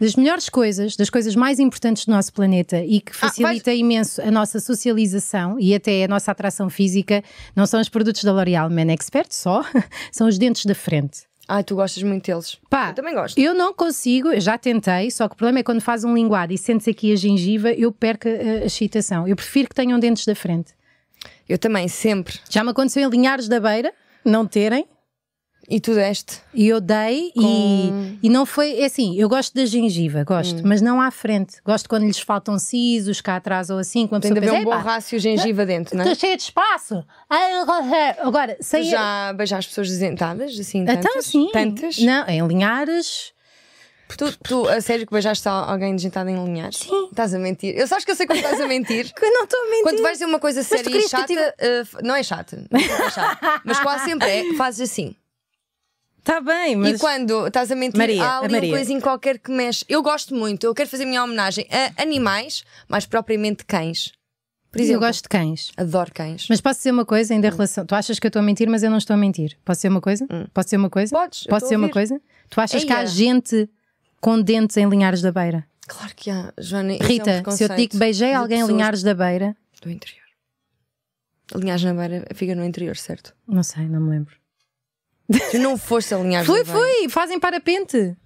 Speaker 2: Das melhores coisas, das coisas mais importantes do nosso planeta e que facilita imenso a nossa socialização e até a nossa atração física, não são os produtos da L'Oréal Men Expert só, são os dentes da frente.
Speaker 1: Ai, tu gostas muito deles.
Speaker 2: Pá,
Speaker 1: eu também gosto.
Speaker 2: Eu não consigo, eu já tentei, só que o problema é quando faz um linguado e sentes aqui a gengiva, eu perco a, a excitação. Eu prefiro que tenham dentes da frente.
Speaker 1: Eu também, sempre.
Speaker 2: Já me aconteceu em Linhares da Beira não terem,
Speaker 1: E tu deste.
Speaker 2: e eu dei, e, e não foi. É assim, eu gosto da gengiva,
Speaker 1: Hum.
Speaker 2: gosto, mas não à frente. Gosto quando lhes faltam sisos cá atrás ou assim, quando a
Speaker 1: Tem de
Speaker 2: pessoa
Speaker 1: haver
Speaker 2: pensa,
Speaker 1: um bom
Speaker 2: "Epá,
Speaker 1: rácio gengiva dentro, não é?
Speaker 2: estou cheia de espaço. Ah, eh, Agora,
Speaker 1: Tu
Speaker 2: sem.
Speaker 1: já beijaste pessoas desentadas, assim, tantas?
Speaker 2: Então, sim.
Speaker 1: Tantas?
Speaker 2: Não, em Linhares.
Speaker 1: Tu, tu, a sério que beijaste al- alguém desentado em linhares? Sim. Estás a mentir. Eu sabes que eu sei quando estás a mentir.
Speaker 2: Que eu não estou a mentir.
Speaker 1: Quando vais dizer uma coisa
Speaker 2: tu
Speaker 1: séria e
Speaker 2: querias que eu
Speaker 1: chata, eh, f- não é chata, não é chata, mas quase sempre é, fazes assim.
Speaker 2: Está Tá bem,
Speaker 1: E
Speaker 2: mas.
Speaker 1: quando estás a mentir,
Speaker 2: Maria,
Speaker 1: há
Speaker 2: a
Speaker 1: ali
Speaker 2: Maria.
Speaker 1: um coisinho qualquer que mexe. Eu gosto muito, eu quero fazer a minha homenagem a animais, mais propriamente cães. Por
Speaker 2: eu
Speaker 1: exemplo, Hum.
Speaker 2: gosto de cães.
Speaker 1: adoro cães.
Speaker 2: Mas posso dizer uma coisa ainda em relação. Tu achas que eu estou a mentir, mas eu não estou a mentir. Posso dizer uma coisa? Posso dizer uma coisa?
Speaker 1: Hum. Podes, eu
Speaker 2: Posso
Speaker 1: estou
Speaker 2: dizer
Speaker 1: a
Speaker 2: uma
Speaker 1: ouvir.
Speaker 2: coisa? Tu achas que há
Speaker 1: Eia.
Speaker 2: gente com dentes em Linhares da Beira?
Speaker 1: Claro que há, Joana. isso é um
Speaker 2: Rita, se eu te digo
Speaker 1: preconceito
Speaker 2: que beijei
Speaker 1: de
Speaker 2: alguém em
Speaker 1: pessoas
Speaker 2: Linhares da Beira,
Speaker 1: Do interior. Alinhares na beira fica no interior, certo?
Speaker 2: não sei, não me lembro.
Speaker 1: Tu não foste alinhares
Speaker 2: Fui,
Speaker 1: na beira.
Speaker 2: fui, fazem parapente.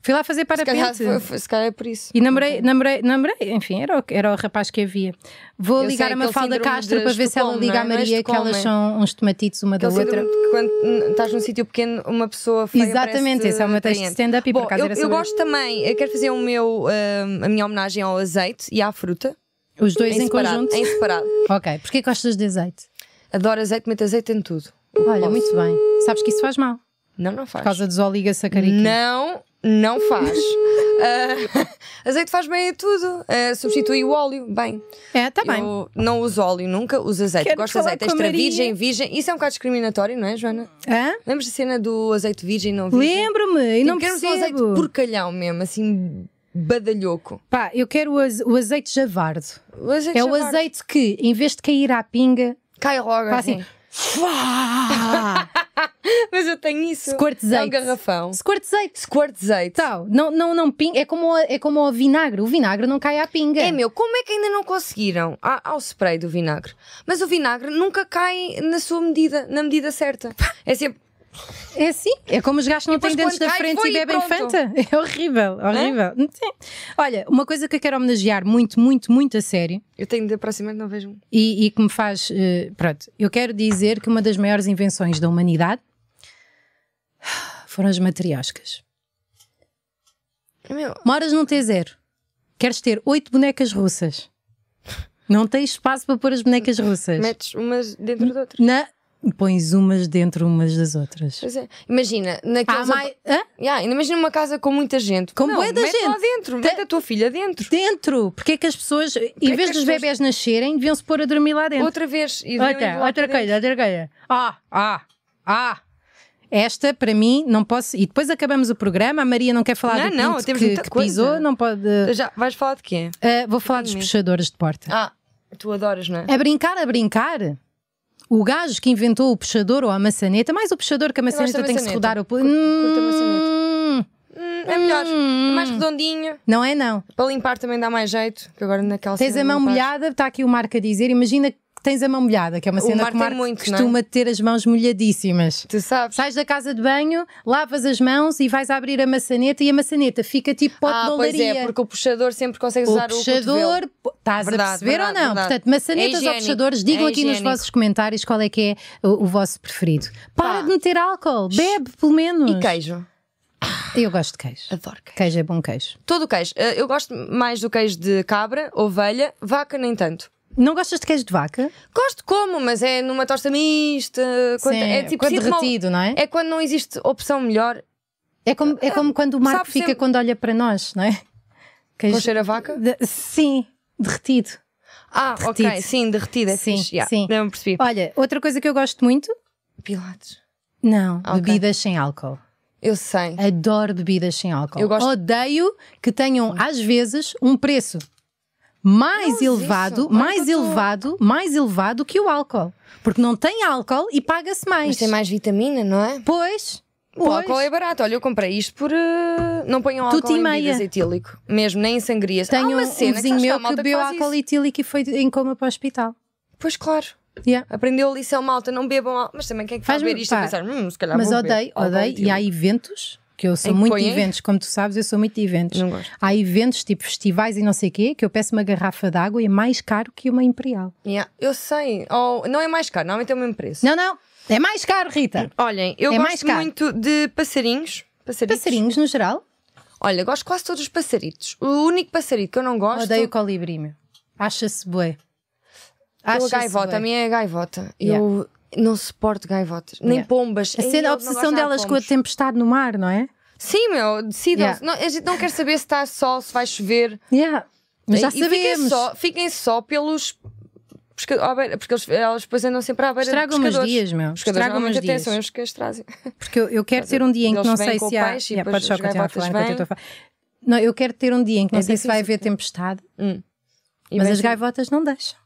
Speaker 2: Fui lá
Speaker 1: Se
Speaker 2: fazer
Speaker 1: calhar,
Speaker 2: parapente.
Speaker 1: foi, foi- se calhar é por isso.
Speaker 2: E namorei, namorei, namorei, enfim, era o, era o rapaz que havia. Vou
Speaker 1: Eu
Speaker 2: ligar
Speaker 1: sei,
Speaker 2: a
Speaker 1: aquele
Speaker 2: Mafalda
Speaker 1: síndrome
Speaker 2: Castro
Speaker 1: de
Speaker 2: para ver se ela
Speaker 1: Estocolmo,
Speaker 2: liga
Speaker 1: não
Speaker 2: à
Speaker 1: é? Não é
Speaker 2: Maria, que elas
Speaker 1: Estocolmo, é?
Speaker 2: são uns tomatites uma da
Speaker 1: Aquele
Speaker 2: outra.
Speaker 1: síndrome de que quando hum, estás num sítio pequeno, uma pessoa feia
Speaker 2: Exatamente,
Speaker 1: parece-te
Speaker 2: esse é o meu texto de
Speaker 1: atraente.
Speaker 2: stand-up e por
Speaker 1: Bom,
Speaker 2: acaso
Speaker 1: eu,
Speaker 2: era
Speaker 1: eu
Speaker 2: sobre-
Speaker 1: gosto também, eu quero fazer o meu, hum, a minha homenagem ao azeite e à fruta.
Speaker 2: Os dois em,
Speaker 1: separado,
Speaker 2: conjunto.
Speaker 1: Em separado.
Speaker 2: Ok, porquê gostas de azeite?
Speaker 1: Adoro azeite, meto azeite em tudo.
Speaker 2: Olha, muito bem. Sabes que isso faz mal.
Speaker 1: Não, não faz.
Speaker 2: Por causa dos oligosacarídeos.
Speaker 1: Não, não faz. Ah, azeite faz bem a tudo. Ah, substitui o óleo. Bem,
Speaker 2: É, tá bem.
Speaker 1: eu não uso óleo nunca, uso azeite.
Speaker 2: Quero
Speaker 1: Gosto de
Speaker 2: falar
Speaker 1: azeite
Speaker 2: com a
Speaker 1: extra
Speaker 2: Maria.
Speaker 1: virgem, virgem. Isso é um bocado discriminatório, não é, Joana?
Speaker 2: Hã?
Speaker 1: Lembras da cena do azeite virgem não virgem?
Speaker 2: Lembro-me, e
Speaker 1: Tipo,
Speaker 2: não
Speaker 1: queremos
Speaker 2: percebo.
Speaker 1: um azeite porcalhão mesmo, assim, badalhoco.
Speaker 2: Pá, eu quero o, aze- o azeite javardo.
Speaker 1: O azeite
Speaker 2: É o
Speaker 1: já vai.
Speaker 2: azeite que, em vez de cair à pinga,
Speaker 1: Cai logo
Speaker 2: faz
Speaker 1: assim.
Speaker 2: assim. Fuá!
Speaker 1: Mas eu tenho isso.
Speaker 2: Squirt
Speaker 1: É um
Speaker 2: azeite.
Speaker 1: garrafão.
Speaker 2: Squirt azeite.
Speaker 1: Squirt azeite.
Speaker 2: Tal. Não, não, não pinga. É como, o- é como o vinagre. O vinagre não cai à pinga.
Speaker 1: É meu, como é que ainda não conseguiram Ah, ao spray do vinagre? Mas o vinagre nunca cai na sua medida, na medida certa. É sempre.
Speaker 2: É assim. É como os gajos que não
Speaker 1: depois
Speaker 2: têm dentes
Speaker 1: quando
Speaker 2: da
Speaker 1: cai,
Speaker 2: frente
Speaker 1: foi
Speaker 2: e
Speaker 1: e
Speaker 2: bebem
Speaker 1: pronto.
Speaker 2: Fanta. É horrível, horrível. Sim. Olha, uma coisa que eu quero homenagear muito, muito, muito a sério
Speaker 1: Eu tenho de aproximadamente, não vejo. um.
Speaker 2: e, e que me faz. eh, pronto, eu quero dizer que uma das maiores invenções da humanidade foram as matrioscas.
Speaker 1: É meu,
Speaker 2: Moras num T0, queres ter oito bonecas russas, não tens espaço para pôr as bonecas russas.
Speaker 1: metes umas dentro de outras.
Speaker 2: Na... Pões umas dentro umas das outras.
Speaker 1: Pois é. Imagina,
Speaker 2: Há
Speaker 1: naqueles.
Speaker 2: mais. Hã?
Speaker 1: Ya, imagina uma casa com muita gente.
Speaker 2: Com
Speaker 1: não,
Speaker 2: bué da
Speaker 1: mete lá
Speaker 2: gente.
Speaker 1: dentro, mete a tua filha dentro.
Speaker 2: Dentro! Porque é que as pessoas, em
Speaker 1: que
Speaker 2: vez
Speaker 1: as
Speaker 2: dos
Speaker 1: pessoas-
Speaker 2: bebés nascerem, deviam-se pôr a dormir lá dentro?
Speaker 1: Outra vez. E vem
Speaker 2: Outra,
Speaker 1: lá
Speaker 2: outra
Speaker 1: para
Speaker 2: coisa, outra coisa. Ah, ah, ah. Esta, para mim, não posso. E depois acabamos o programa. A Maria não quer
Speaker 1: Não,
Speaker 2: falar do
Speaker 1: não,
Speaker 2: pinto
Speaker 1: temos
Speaker 2: que,
Speaker 1: muita
Speaker 2: que pisou,
Speaker 1: coisa.
Speaker 2: não pode.
Speaker 1: dentro. Já, vais falar de quê?
Speaker 2: Ah, vou falar dos
Speaker 1: medo.
Speaker 2: puxadores de porta.
Speaker 1: Ah, tu adoras, não é?
Speaker 2: A brincar, a brincar. O gajo que inventou o puxador ou a maçaneta, mais o puxador que a
Speaker 1: gosto
Speaker 2: maçaneta
Speaker 1: da
Speaker 2: tem que se
Speaker 1: maçaneta.
Speaker 2: rodar o pulo.
Speaker 1: Curto- curto a
Speaker 2: maçaneta.
Speaker 1: Hum, é melhor. É mais
Speaker 2: hum.
Speaker 1: redondinho.
Speaker 2: Não é, não.
Speaker 1: Para limpar também dá mais jeito, que agora naquela
Speaker 2: Tens
Speaker 1: cena
Speaker 2: a mão
Speaker 1: não faz.
Speaker 2: molhada, está aqui o Marco a dizer. Imagina que tens a mão molhada, que é uma
Speaker 1: O
Speaker 2: cena
Speaker 1: Marco
Speaker 2: que o
Speaker 1: tem
Speaker 2: Marco
Speaker 1: muito, não é?
Speaker 2: costuma ter as mãos molhadíssimas.
Speaker 1: Tu sabes?
Speaker 2: Sais da casa de banho, lavas as mãos e vais abrir a maçaneta e a maçaneta fica tipo pote
Speaker 1: ah,
Speaker 2: de
Speaker 1: pois
Speaker 2: olaria.
Speaker 1: é, porque o puxador sempre consegues
Speaker 2: O
Speaker 1: usar o cotovelo.
Speaker 2: puxador, pô, estás a
Speaker 1: Verdade,
Speaker 2: perceber ou
Speaker 1: verdade,
Speaker 2: não?
Speaker 1: verdade.
Speaker 2: Portanto, maçanetas
Speaker 1: É
Speaker 2: ou
Speaker 1: higiênico,
Speaker 2: puxadores, digam
Speaker 1: é
Speaker 2: aqui
Speaker 1: higiênico.
Speaker 2: nos vossos comentários qual é que é o, o vosso preferido. Para
Speaker 1: Pá.
Speaker 2: de meter álcool, bebe pelo menos.
Speaker 1: E queijo.
Speaker 2: Eu gosto de queijo.
Speaker 1: Adoro queijo.
Speaker 2: Queijo é bom queijo.
Speaker 1: Todo o queijo. Eh, Eu gosto mais do queijo de cabra, ovelha, vaca nem tanto.
Speaker 2: Não gostas de queijo de vaca?
Speaker 1: Gosto como, mas é numa tosta mista. Quando,
Speaker 2: Sim,
Speaker 1: é tipo
Speaker 2: quando
Speaker 1: sinto mal-
Speaker 2: derretido, não é?
Speaker 1: É quando não existe opção melhor.
Speaker 2: É como, é como quando o Marco
Speaker 1: sabe
Speaker 2: fica
Speaker 1: sempre-
Speaker 2: quando olha para nós, não é? Queijo-
Speaker 1: Com cheiro a vaca?
Speaker 2: De- Sim, derretido.
Speaker 1: Ah, ok,
Speaker 2: Derretido.
Speaker 1: sim, derretida.
Speaker 2: Sim,
Speaker 1: fixe, yeah,
Speaker 2: sim.
Speaker 1: Não percebi.
Speaker 2: Olha, outra coisa que eu gosto muito.
Speaker 1: Pilates.
Speaker 2: Não,
Speaker 1: Ok.
Speaker 2: bebidas sem álcool.
Speaker 1: Eu sei.
Speaker 2: É Adoro bebidas sem álcool.
Speaker 1: Eu gosto-
Speaker 2: Odeio que tenham, às vezes, um preço mais
Speaker 1: Não,
Speaker 2: elevado,
Speaker 1: isso. Olha
Speaker 2: mais
Speaker 1: que eu tô-
Speaker 2: elevado, mais elevado que o álcool. Porque não tem álcool e paga-se mais.
Speaker 1: Mas tem mais vitamina, não é?
Speaker 2: Pois,
Speaker 1: O
Speaker 2: pois.
Speaker 1: álcool é barato. Olha, eu comprei isto por. eh, não ponham álcool
Speaker 2: Tudo e
Speaker 1: em
Speaker 2: meia.
Speaker 1: bebidas etílico. Mesmo, nem em sangrias. Há
Speaker 2: Tenho
Speaker 1: uma
Speaker 2: um,
Speaker 1: cena que,
Speaker 2: vizinho
Speaker 1: sabes que há
Speaker 2: meu que
Speaker 1: malta que
Speaker 2: bebeu
Speaker 1: faz
Speaker 2: álcool
Speaker 1: isso.
Speaker 2: etílico e foi em coma para o hospital.
Speaker 1: Pois claro.
Speaker 2: Yeah.
Speaker 1: Aprendeu a lição, malta, não bebam álcool. Mas também quem é que faz
Speaker 2: Faz-me-
Speaker 1: ver isto a
Speaker 2: pá,
Speaker 1: pensar, hum, se calhar
Speaker 2: Mas
Speaker 1: vou beber
Speaker 2: odeio,
Speaker 1: álcool
Speaker 2: odeio. E
Speaker 1: etílico.
Speaker 2: há eventos, que eu sou
Speaker 1: Em que
Speaker 2: muito de
Speaker 1: põem?
Speaker 2: eventos, como tu sabes, eu sou muito de eventos.
Speaker 1: Não gosto.
Speaker 2: Há eventos tipo festivais e não sei o quê, que eu peço uma garrafa de água e é mais caro que uma imperial.
Speaker 1: Yeah, Eu sei. Ou- não é mais caro, normalmente é o mesmo preço.
Speaker 2: Não, não, é mais caro, Rita.
Speaker 1: Olhem, eu
Speaker 2: É mais
Speaker 1: gosto
Speaker 2: caro.
Speaker 1: muito de passarinhos. Passaritos.
Speaker 2: Passarinhos no geral,
Speaker 1: Olha, gosto quase todos os passaritos. O único passarito que eu não gosto
Speaker 2: odeio o colibri, meu. Acha-se bué.
Speaker 1: é a
Speaker 2: Acha-se
Speaker 1: gaivota.
Speaker 2: bué.
Speaker 1: A minha é a gaivota.
Speaker 2: Yeah.
Speaker 1: Eu não suporto gaivotas. Nem
Speaker 2: Yeah.
Speaker 1: pombas.
Speaker 2: A,
Speaker 1: Ei,
Speaker 2: cena- a
Speaker 1: eu não gosto
Speaker 2: obsessão
Speaker 1: nada de
Speaker 2: delas com a
Speaker 1: pombas.
Speaker 2: tempestade no mar, não é?
Speaker 1: Sim, meu, decidam.
Speaker 2: Yeah.
Speaker 1: Não, a gente não quer saber se está sol, se vai chover.
Speaker 2: Yeah. Mas já
Speaker 1: E Fiquem
Speaker 2: sabemos.
Speaker 1: só, fiquem só pelos. pesca- à beira- Porque eles, elas depois andam sempre à beira
Speaker 2: Estragam
Speaker 1: de
Speaker 2: meus
Speaker 1: pescadores.
Speaker 2: dias, meu.
Speaker 1: Os pescadores
Speaker 2: Estragam meus
Speaker 1: normalmente até
Speaker 2: dias.
Speaker 1: são eles que as trazem.
Speaker 2: Porque eu, eu quero ter um dia em que
Speaker 1: Eles
Speaker 2: não
Speaker 1: vêm
Speaker 2: sei
Speaker 1: com
Speaker 2: se
Speaker 1: o
Speaker 2: há.
Speaker 1: peixe e
Speaker 2: Yeah,
Speaker 1: depois
Speaker 2: Podes só
Speaker 1: as
Speaker 2: continuar a
Speaker 1: gaivotas
Speaker 2: falar enquanto eu
Speaker 1: vêm.
Speaker 2: estou a falar. Não, eu quero ter um dia em que não
Speaker 1: É
Speaker 2: sei se vai
Speaker 1: difícil.
Speaker 2: haver tempestade,
Speaker 1: Hum. E
Speaker 2: mas
Speaker 1: vem
Speaker 2: as
Speaker 1: sempre-
Speaker 2: gaivotas não deixam.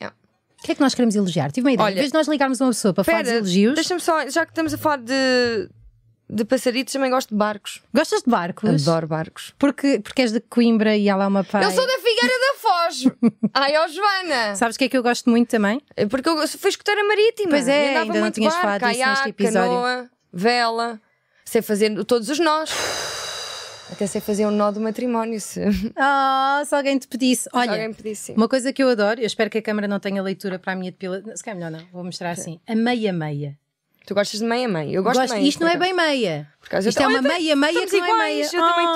Speaker 1: Yeah.
Speaker 2: O que é que nós queremos elogiar? Tive uma ideia.
Speaker 1: Olha-
Speaker 2: em vez de nós ligarmos uma pessoa para falar de
Speaker 1: Espera,
Speaker 2: elogios,
Speaker 1: deixa-me só, já que estamos a falar de, de passaritos, também gosto de barcos.
Speaker 2: gostas de barcos?
Speaker 1: Adoro barcos.
Speaker 2: Porque, porque és de Coimbra e há lá uma praia.
Speaker 1: Eu sou da Figueira da Foz. Ai, ó Joana.
Speaker 2: Sabes o que é que eu gosto muito também?
Speaker 1: É Porque eu fui escuteira marítima.
Speaker 2: Pois é,
Speaker 1: E andava
Speaker 2: ainda não
Speaker 1: muito
Speaker 2: tinhas
Speaker 1: barco,
Speaker 2: falado disso neste
Speaker 1: caiaque,
Speaker 2: episódio.
Speaker 1: Canoa, vela, sei fazer todos os nós. Até sei fazer um nó do matrimónio, se
Speaker 2: Ah, se alguém te pedisse. Olha,
Speaker 1: Hum. alguém me pedisse.
Speaker 2: uma coisa que eu adoro, eu espero que a câmara não tenha leitura para a minha depilação. Se calhar melhor não, vou mostrar assim. A meia-meia.
Speaker 1: Tu gostas de meia-meia? Eu gosto de meia.
Speaker 2: Isto não é
Speaker 1: por acaso.
Speaker 2: bem meia.
Speaker 1: Por acaso eu
Speaker 2: Isto é
Speaker 1: tô-
Speaker 2: uma
Speaker 1: Olha,
Speaker 2: meia-meia
Speaker 1: estamos
Speaker 2: que não é meia.
Speaker 1: iguais, eu também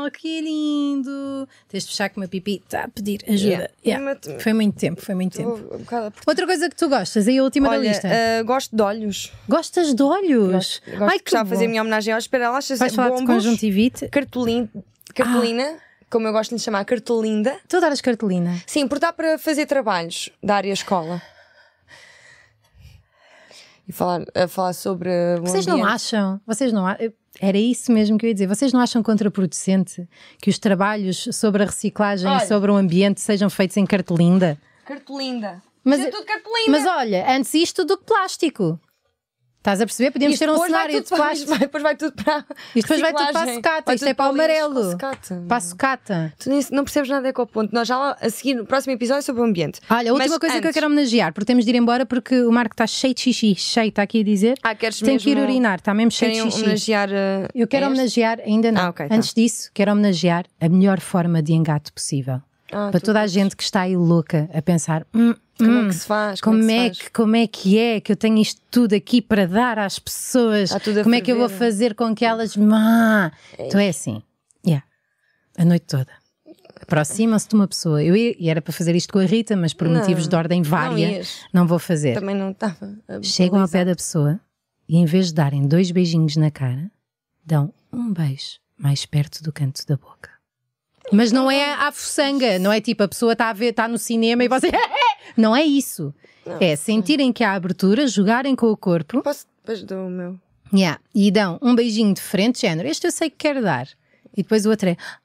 Speaker 2: Oh, que lindo. Tens de fechar que o meu pipi está a pedir ajuda.
Speaker 1: Yeah.
Speaker 2: Yeah.
Speaker 1: Mas-
Speaker 2: Foi muito tempo, foi muito
Speaker 1: Estou
Speaker 2: tempo.
Speaker 1: um bocado a-
Speaker 2: Outra coisa que tu gostas, aí a última da
Speaker 1: Olha,
Speaker 2: lista.
Speaker 1: ah, gosto de olhos.
Speaker 2: Gostas de olhos?
Speaker 1: Gosto, gosto
Speaker 2: Ai,
Speaker 1: de gostar de fazer a
Speaker 2: bom.
Speaker 1: minha homenagem aos espera lá, achas
Speaker 2: Vais falar de Ah.
Speaker 1: bombos,
Speaker 2: conjuntivite?
Speaker 1: cartolin, cartolina, como eu gosto de lhe chamar, cartolinda.
Speaker 2: Tu adoras cartolina?
Speaker 1: Sim, porque dá para fazer trabalhos da área escola. E falar, a falar sobre. o
Speaker 2: Vocês não
Speaker 1: ambiente.
Speaker 2: acham? Vocês não a- Era isso mesmo que eu ia dizer. Vocês não acham contraproducente que os trabalhos sobre a reciclagem
Speaker 1: Olha.
Speaker 2: e sobre o ambiente sejam feitos em cartolina?
Speaker 1: Cartolinda.
Speaker 2: Mas-
Speaker 1: Mas é tudo cartolinda.
Speaker 2: Mas olha, antes isto do que plástico. Estás a perceber? Podíamos
Speaker 1: Isto
Speaker 2: ter um
Speaker 1: depois vai
Speaker 2: cenário
Speaker 1: tudo
Speaker 2: de
Speaker 1: para-
Speaker 2: plástico.
Speaker 1: vai- Depois vai tudo para.
Speaker 2: Isto depois vai tudo para a
Speaker 1: reciclagem,
Speaker 2: sucata,
Speaker 1: vai
Speaker 2: isto
Speaker 1: tudo
Speaker 2: é para o
Speaker 1: lixo,
Speaker 2: amarelo.
Speaker 1: para a sucata.
Speaker 2: Para a sucata.
Speaker 1: Tu nem- não percebes nada é com o ponto. Nós já lá, a seguir, no próximo episódio é sobre o ambiente.
Speaker 2: Olha, a última
Speaker 1: Mas
Speaker 2: coisa que eu
Speaker 1: antes-
Speaker 2: quero homenagear, porque temos de ir embora, porque o Marco está cheio de xixi, cheio, está aqui a dizer.
Speaker 1: Ah, queres
Speaker 2: Tem que ir
Speaker 1: mesmo-
Speaker 2: urinar, está mesmo cheio de
Speaker 1: Querem
Speaker 2: é xixi.
Speaker 1: homenagear. uh,
Speaker 2: Eu quero
Speaker 1: a este?
Speaker 2: homenagear, ainda não.
Speaker 1: Ah, ok, tá.
Speaker 2: Antes disso, quero homenagear a melhor forma de engate possível.
Speaker 1: Ah,
Speaker 2: Para
Speaker 1: tu-
Speaker 2: toda a gente que está aí louca a pensar: "Hum,
Speaker 1: Como é
Speaker 2: hum,
Speaker 1: que se faz?
Speaker 2: como é
Speaker 1: se faz?
Speaker 2: que, como é que é que eu tenho isto tudo aqui para dar às pessoas?
Speaker 1: Está tudo a
Speaker 2: Como é que eu vou
Speaker 1: ferver.
Speaker 2: fazer com que elas. Má. Tu é assim. Yeah. A noite toda. Aproximam-se de uma pessoa. Eu ia, e era para fazer isto com a Rita, mas por
Speaker 1: Não,
Speaker 2: motivos de ordem
Speaker 1: Não
Speaker 2: vária,
Speaker 1: ias.
Speaker 2: não, vou fazer.
Speaker 1: Também não estava. a
Speaker 2: Chegam ao
Speaker 1: balizar.
Speaker 2: pé da pessoa e, em vez de darem dois beijinhos na cara, dão um beijo mais perto do canto da boca. Mas não é à fuçanga, não é tipo a pessoa está a ver, está no cinema e você. Não é isso. É sentirem que há abertura, jogarem com o corpo
Speaker 1: Posso depois do meu.
Speaker 2: yeah, e dão um beijinho de frente, género. Este eu sei que quero dar. E depois o outro é. "Ah,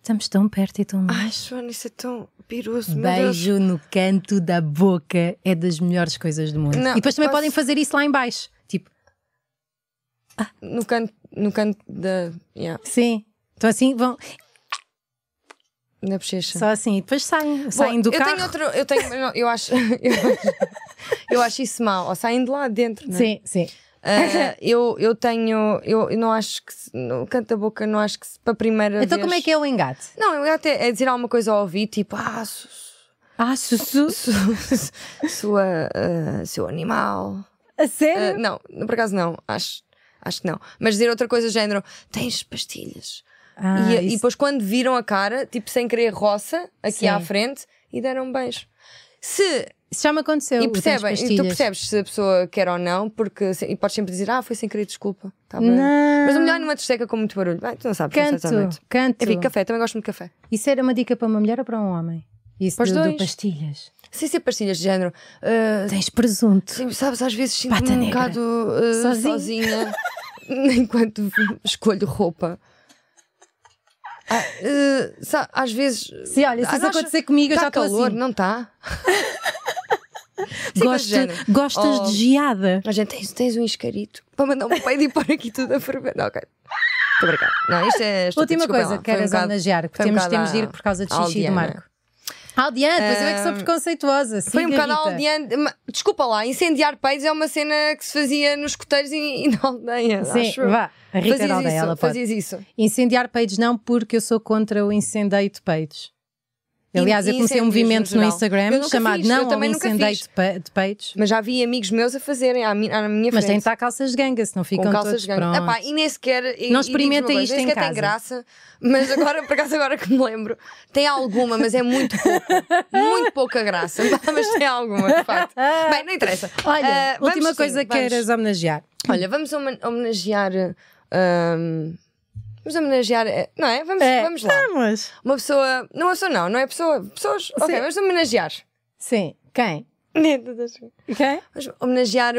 Speaker 2: Estamos tão perto e tão longe.
Speaker 1: Ai, Joana, isso é tão piroso. meu Deus.
Speaker 2: Ah. Beijo no canto da boca é das melhores coisas do mundo.
Speaker 1: Não,
Speaker 2: e depois também
Speaker 1: posso-
Speaker 2: podem fazer isso lá em baixo. Tipo,
Speaker 1: No canto, no canto da. Yeah,
Speaker 2: Sim. Então assim vão,
Speaker 1: na bochecha.
Speaker 2: só assim, e depois saem,
Speaker 1: Bom,
Speaker 2: saem do
Speaker 1: eu
Speaker 2: carro.
Speaker 1: Tenho outro, eu tenho. não, eu, acho, eu acho. eu acho isso mau. Ou saem de lá dentro. Não é?
Speaker 2: Sim, sim.
Speaker 1: Ah, eu, eu tenho. Eu, eu não acho que. se- No canto da boca, não acho que se, para a primeira
Speaker 2: Então
Speaker 1: vez.
Speaker 2: como é que é o engate?
Speaker 1: Não, eu ia até é dizer alguma coisa ao ouvido, tipo, ah, su-
Speaker 2: Ah, sussu.
Speaker 1: su- su- sua, ah, seu animal.
Speaker 2: A
Speaker 1: Ah,
Speaker 2: sério?
Speaker 1: não, por acaso não, acho, acho que não. Mas dizer outra coisa, do género, tens pastilhas.
Speaker 2: Ah,
Speaker 1: e, e
Speaker 2: isso-
Speaker 1: depois, quando viram a cara, tipo, sem querer, roça aqui
Speaker 2: Sim.
Speaker 1: à frente e deram um beijo. Se
Speaker 2: Isso já me aconteceu.
Speaker 1: E
Speaker 2: o das
Speaker 1: percebem, e tu
Speaker 2: pastilhas.
Speaker 1: percebes se a pessoa quer ou não, porque se- e podes sempre dizer, ah, foi sem querer, desculpa. Tá bem.
Speaker 2: Não.
Speaker 1: Mas o melhor é numa discoteca com muito barulho. Bem, tu não sabes, não sabes à noite.
Speaker 2: Canto, canto.
Speaker 1: Enfim, café, também gosto muito de café.
Speaker 2: Isso era uma dica para uma mulher ou para um homem? Isso
Speaker 1: Para os
Speaker 2: do, do
Speaker 1: dois.
Speaker 2: pastilhas.
Speaker 1: Sem ser pastilhas de género. ah,
Speaker 2: Tens presunto.
Speaker 1: sim, sabes, às vezes
Speaker 2: Pata
Speaker 1: sinto-me um
Speaker 2: negra.
Speaker 1: bocado ah,
Speaker 2: Sozinho.
Speaker 1: sozinha enquanto escolho roupa. Ah, ah, sa- às vezes.
Speaker 2: Se olha, se
Speaker 1: Ah,
Speaker 2: isso
Speaker 1: nós-
Speaker 2: acontecer comigo, eu
Speaker 1: tá
Speaker 2: já estou
Speaker 1: calor,
Speaker 2: assim.
Speaker 1: não tá? está?
Speaker 2: Gosto- gostas
Speaker 1: Oh.
Speaker 2: de geada.
Speaker 1: A gente tens, tens um iscarito para mandar um peido e pôr aqui tudo a ferver. Não, ok. Estou brincando. Não, isto é. estúpido,
Speaker 2: Última
Speaker 1: desculpem
Speaker 2: coisa
Speaker 1: lá.
Speaker 2: que
Speaker 1: Foi um
Speaker 2: queres
Speaker 1: bocado-
Speaker 2: homenagear, porque
Speaker 1: foi um
Speaker 2: temos,
Speaker 1: bocado
Speaker 2: temos de
Speaker 1: à-
Speaker 2: ir por causa de
Speaker 1: à
Speaker 2: xixi do
Speaker 1: aldeana.
Speaker 2: Marco. Aldeante, mas eu é que sou
Speaker 1: Ahm,
Speaker 2: preconceituosa.
Speaker 1: Foi um
Speaker 2: siga,
Speaker 1: bocado
Speaker 2: Rita.
Speaker 1: aldeante. Ma- Desculpa lá, incendiar peidos é uma cena que se fazia nos coteiros e, e na aldeia.
Speaker 2: Sim,
Speaker 1: acho eu.
Speaker 2: vá. A Rita
Speaker 1: Fazias
Speaker 2: da aldeia,
Speaker 1: isso,
Speaker 2: ela pode.
Speaker 1: Fazias isso.
Speaker 2: Incendiar peidos não, porque eu sou contra o incendeio de peidos.
Speaker 1: E-
Speaker 2: Aliás,
Speaker 1: e
Speaker 2: eu comecei um
Speaker 1: incêndios,
Speaker 2: movimento
Speaker 1: no
Speaker 2: no
Speaker 1: geral. Eu
Speaker 2: Instagram
Speaker 1: nunca
Speaker 2: chamado
Speaker 1: fiz, eu
Speaker 2: Não ao
Speaker 1: também nunca
Speaker 2: Incendeio
Speaker 1: fiz.
Speaker 2: de Pe- de Peidos.
Speaker 1: Mas já vi amigos meus a fazerem à, mi- à minha
Speaker 2: Mas tem que
Speaker 1: frente.
Speaker 2: estar calças de ganga, senão ficam
Speaker 1: com
Speaker 2: todos
Speaker 1: calças gangas.
Speaker 2: prontos.
Speaker 1: Epá, e nem sequer. e- e digo-vos uma
Speaker 2: experimentem
Speaker 1: coisa,
Speaker 2: isto
Speaker 1: nem
Speaker 2: em
Speaker 1: sequer tem
Speaker 2: casa.
Speaker 1: graça, mas agora, por acaso, agora que me lembro, tem alguma, mas é muito pouco. Muito pouca graça. Mas tem alguma, de facto. Bem, não interessa. Ah,
Speaker 2: Olha,
Speaker 1: vamos
Speaker 2: última
Speaker 1: sim,
Speaker 2: coisa que
Speaker 1: vamos.
Speaker 2: queiras homenagear.
Speaker 1: Olha, vamos homen- homenagear. hum, vamos homenagear. eh, Não é? Vamos,
Speaker 2: É,
Speaker 1: vamos lá.
Speaker 2: Vamos.
Speaker 1: Uma pessoa. Não, uma pessoa não, não é pessoa. Pessoas. Ok,
Speaker 2: Sim.
Speaker 1: vamos homenagear.
Speaker 2: Sim, quem?
Speaker 1: Vamos
Speaker 2: Quem?
Speaker 1: homenagear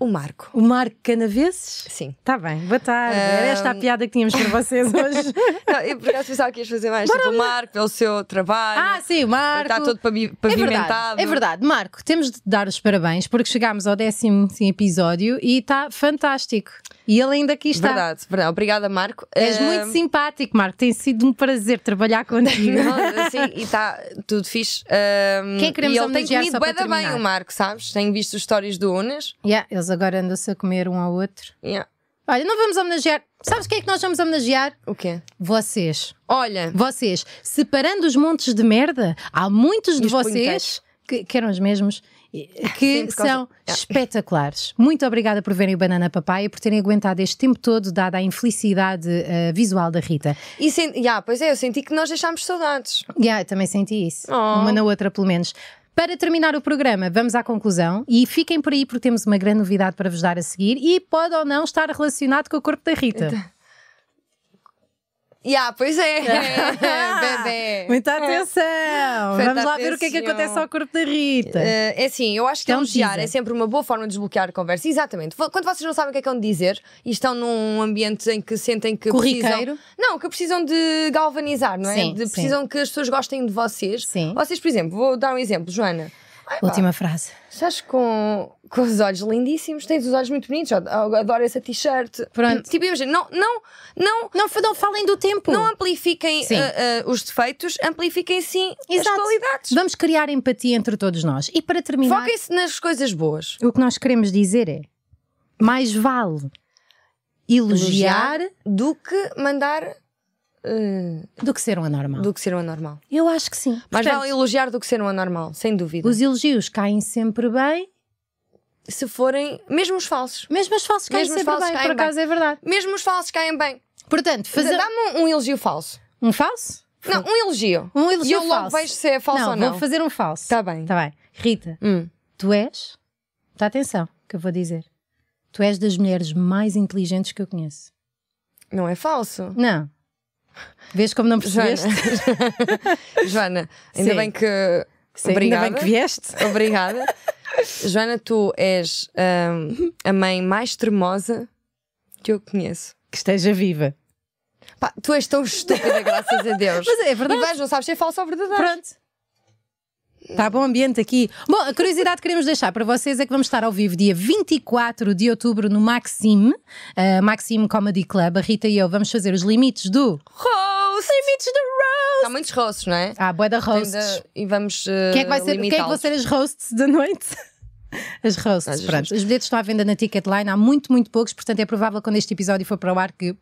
Speaker 1: o Marco.
Speaker 2: O Marco Canaveses?
Speaker 1: Sim.
Speaker 2: Está bem, boa tarde. Era esta é a
Speaker 1: Ahm.
Speaker 2: piada que tínhamos para vocês hoje.
Speaker 1: Não, eu por acaso pensava que ias fazer mais. Tipo, o Marco, pelo seu trabalho.
Speaker 2: ah, sim, o Marco.
Speaker 1: Está todo pavi-
Speaker 2: É
Speaker 1: pavimentado.
Speaker 2: verdade, é verdade, Marco, temos de te dar os parabéns porque chegámos ao décimo sim, episódio e está fantástico. E ele ainda aqui está.
Speaker 1: Verdade, verdade. Obrigada, Marco.
Speaker 2: És
Speaker 1: Eh,
Speaker 2: muito simpático, Marco. Tem sido um prazer trabalhar contigo.
Speaker 1: não, assim, e está tudo fixe. Um,
Speaker 2: Quem é queremos
Speaker 1: e ele tem
Speaker 2: homenagear
Speaker 1: comido
Speaker 2: só
Speaker 1: bué
Speaker 2: para
Speaker 1: da bem
Speaker 2: terminar?
Speaker 1: o Marco, sabes? Tenho visto os stories do Unas.
Speaker 2: Yeah, eles agora andam-se a comer um ao outro.
Speaker 1: Yeah.
Speaker 2: Olha, não vamos homenagear. Sabes quem é que nós vamos homenagear?
Speaker 1: O quê?
Speaker 2: Vocês.
Speaker 1: Olha,
Speaker 2: Vocês. Separando os montes de merda, há muitos de
Speaker 1: os
Speaker 2: vocês
Speaker 1: punheteiros.
Speaker 2: que, que eram os mesmos. e- Que
Speaker 1: Sim, por causa- Ah.
Speaker 2: são espetaculares. Muito obrigada por verem o Banana Papaya e por terem aguentado este tempo todo, dada a infelicidade eh, visual da Rita.
Speaker 1: e sen... yeah, pois é, eu senti que nós deixámos saudades.
Speaker 2: Yeah, ah, eu também senti isso.
Speaker 1: Oh.
Speaker 2: Uma na outra, pelo menos. Para terminar o programa, vamos à conclusão e fiquem por aí porque temos uma grande novidade para vos dar a seguir e pode ou não estar relacionado com o corpo da Rita.
Speaker 1: Yeah, pois é, bebê.
Speaker 2: Muita atenção! vamos lá
Speaker 1: atenção.
Speaker 2: ver o que é que acontece ao corpo da Rita.
Speaker 1: Eh, é assim, eu acho que
Speaker 2: Então
Speaker 1: elogiar
Speaker 2: dizem.
Speaker 1: é sempre uma boa forma de desbloquear a conversa. Exatamente. Vo- Quando vocês não sabem o que é que é de dizer e estão num ambiente em que sentem que
Speaker 2: Corriqueiro.
Speaker 1: precisam. Não, que precisam de galvanizar, não é?
Speaker 2: Sim,
Speaker 1: De-
Speaker 2: sim.
Speaker 1: precisam que as pessoas gostem de vocês.
Speaker 2: Sim.
Speaker 1: Vocês, por exemplo, vou dar um exemplo, Joana. Ai, pá,
Speaker 2: Última frase.
Speaker 1: Estás com, com os olhos lindíssimos, tens os olhos muito bonitos, eu adoro essa t-shirt.
Speaker 2: Pronto.
Speaker 1: Tipo, imagina, não, não, não,
Speaker 2: Não, fa- não falem do tempo.
Speaker 1: não amplifiquem
Speaker 2: Sim.
Speaker 1: ah, ah, os defeitos, amplifiquem sim as
Speaker 2: Exato.
Speaker 1: qualidades.
Speaker 2: Vamos criar empatia entre todos nós. E para terminar,
Speaker 1: Foquem-se nas coisas boas.
Speaker 2: o que nós queremos dizer é: mais vale elogiar,
Speaker 1: do que mandar eh,
Speaker 2: do que ser um anormal.
Speaker 1: do que ser um anormal.
Speaker 2: Eu acho que sim.
Speaker 1: Mais
Speaker 2: Portanto,
Speaker 1: vale elogiar do que ser um anormal, sem dúvida.
Speaker 2: Os elogios caem sempre bem,
Speaker 1: Se forem, mesmo os falsos.
Speaker 2: mesmo os falsos caem
Speaker 1: Mesmo os
Speaker 2: sempre
Speaker 1: falsos
Speaker 2: bem,
Speaker 1: caem
Speaker 2: por acaso é verdade.
Speaker 1: Mesmo os falsos caem bem.
Speaker 2: Portanto, fazer
Speaker 1: Dá-me um, um elogio falso.
Speaker 2: um falso?
Speaker 1: Não, um elogio.
Speaker 2: Um elogio
Speaker 1: E eu logo
Speaker 2: falso.
Speaker 1: vejo se é falso
Speaker 2: não,
Speaker 1: ou não.
Speaker 2: vou fazer um falso.
Speaker 1: Tá bem.
Speaker 2: Tá bem. Rita,
Speaker 1: Hum.
Speaker 2: tu és, dá atenção que eu vou dizer, tu és das mulheres mais inteligentes que eu conheço.
Speaker 1: Não é falso.
Speaker 2: Não. Vês como não
Speaker 1: Joana,
Speaker 2: percebeste?
Speaker 1: Joana ainda
Speaker 2: Sim.
Speaker 1: bem que. Obrigada.
Speaker 2: Ainda bem que vieste.
Speaker 1: Obrigada. Joana, tu és hum, a mãe mais tremosa que eu conheço.
Speaker 2: Que esteja viva.
Speaker 1: Pá, tu és tão estúpida, graças a Deus.
Speaker 2: Mas é
Speaker 1: E
Speaker 2: verdade.
Speaker 1: vais, não sabes se é falso ou verdadeiro.
Speaker 2: Pronto. Está Tá bom ambiente aqui. Bom, a curiosidade que queremos deixar para vocês é que vamos estar ao vivo dia 24 de outubro no Maxime, eh, Maxime Comedy Club. A Rita e eu vamos fazer os limites do.
Speaker 1: Roast!
Speaker 2: Limites do roast!
Speaker 1: Há muitos roasts, não é?
Speaker 2: Ah, boa da
Speaker 1: Tem
Speaker 2: hosts.
Speaker 1: de- E vamos. eh,
Speaker 2: Quem é que vai ser, quem é que vão ser as hosts da noite? As hosts,
Speaker 1: As
Speaker 2: pronto.
Speaker 1: hosts.
Speaker 2: Os bilhetes estão à venda na Ticketline, há muito, muito poucos, portanto é provável quando este episódio for para o ar que.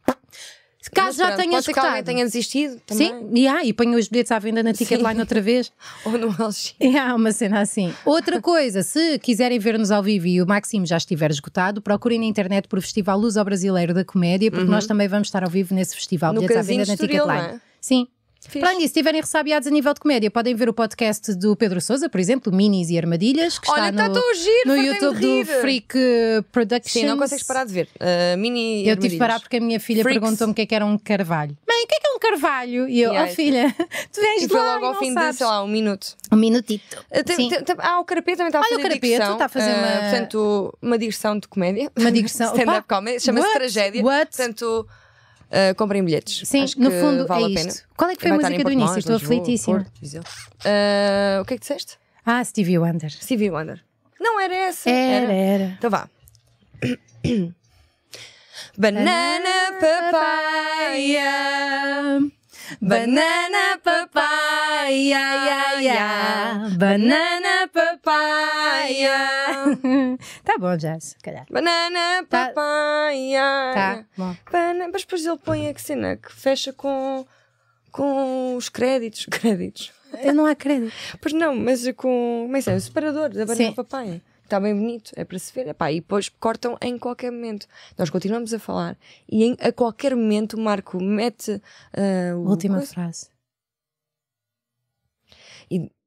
Speaker 2: Caso já tenha
Speaker 1: Pode ser que alguém
Speaker 2: escutado.
Speaker 1: tenha desistido também.
Speaker 2: Sim, e há, e ponham os bilhetes à venda na Ticketline outra vez.
Speaker 1: Ou no LX.
Speaker 2: É, Há uma cena assim. Outra coisa, se quiserem ver-nos ao vivo e o Maximo já estiver esgotado, procurem na internet por Festival Luz ao Brasileiro da Comédia, porque nós também vamos estar ao vivo nesse festival.
Speaker 1: Uhum. No
Speaker 2: Bilhetes à
Speaker 1: Casino
Speaker 2: venda na
Speaker 1: Estoril,
Speaker 2: Ticketline.
Speaker 1: não é?
Speaker 2: Sim.
Speaker 1: Fixe.
Speaker 2: Para além disso, se estiverem ressabiados a nível de comédia, podem ver o podcast do Pedro Souza, por exemplo, Minis e Armadilhas, que
Speaker 1: Olha, tá
Speaker 2: está
Speaker 1: está
Speaker 2: no,
Speaker 1: tão giro,
Speaker 2: no
Speaker 1: fartei-me de
Speaker 2: YouTube do
Speaker 1: rir.
Speaker 2: Freak eh, Productions.
Speaker 1: Sim, não consegues parar de ver. Uh, mini.
Speaker 2: Eu tive de parar
Speaker 1: armadilhas.
Speaker 2: porque a minha filha
Speaker 1: Freaks.
Speaker 2: perguntou-me o que é que era um carvalho. Mãe, o que é que é um carvalho? E eu,
Speaker 1: Yeah,
Speaker 2: oh filha, tu vens
Speaker 1: E
Speaker 2: de
Speaker 1: foi
Speaker 2: lá
Speaker 1: logo
Speaker 2: e
Speaker 1: ao
Speaker 2: não
Speaker 1: fim
Speaker 2: sabes.
Speaker 1: de, sei lá, um minuto.
Speaker 2: Um minutito.
Speaker 1: Uh, tem-
Speaker 2: Sim.
Speaker 1: tem- tem- ah, o Carapê também está a
Speaker 2: Olha,
Speaker 1: fazer
Speaker 2: o Carapê
Speaker 1: digressão,
Speaker 2: está a fazer
Speaker 1: uh,
Speaker 2: uma-
Speaker 1: portanto, uma digressão de comédia.
Speaker 2: Uma digressão.
Speaker 1: Stand-up
Speaker 2: Opa,
Speaker 1: comedy. Chama-se
Speaker 2: what?
Speaker 1: Tragédia.
Speaker 2: What?
Speaker 1: Portanto, uh, comprem bilhetes.
Speaker 2: Sim,
Speaker 1: Acho
Speaker 2: no
Speaker 1: que
Speaker 2: fundo
Speaker 1: vale
Speaker 2: é
Speaker 1: a pena.
Speaker 2: isto. Qual é que foi a
Speaker 1: Vai estar em
Speaker 2: música do
Speaker 1: Portimão,
Speaker 2: início?
Speaker 1: Lisboa,
Speaker 2: Estou aflitíssima.
Speaker 1: Porto, Viseu. Uh, o que é que disseste?
Speaker 2: Ah, Stevie Wonder.
Speaker 1: Stevie Wonder. Não era essa.
Speaker 2: Era, era.
Speaker 1: Então vá. Banana papaya. Banana papaya. Ya, ya. Banana papaya.
Speaker 2: tá bom, Jazz, se calhar.
Speaker 1: Banana
Speaker 2: Tá.
Speaker 1: papaya.
Speaker 2: Tá, bom.
Speaker 1: Bana- Mas depois ele põe a que cena que fecha com, com os créditos. Créditos.
Speaker 2: Eu não acredito.
Speaker 1: Pois não, mas com. Mas é o separador da banana
Speaker 2: Sim.
Speaker 1: papaya. Está bem bonito, é para se ver. Epá, e depois cortam em qualquer momento. Nós continuamos a falar e em- a qualquer momento o Marco mete ah, o
Speaker 2: Última
Speaker 1: coisa
Speaker 2: frase.
Speaker 1: e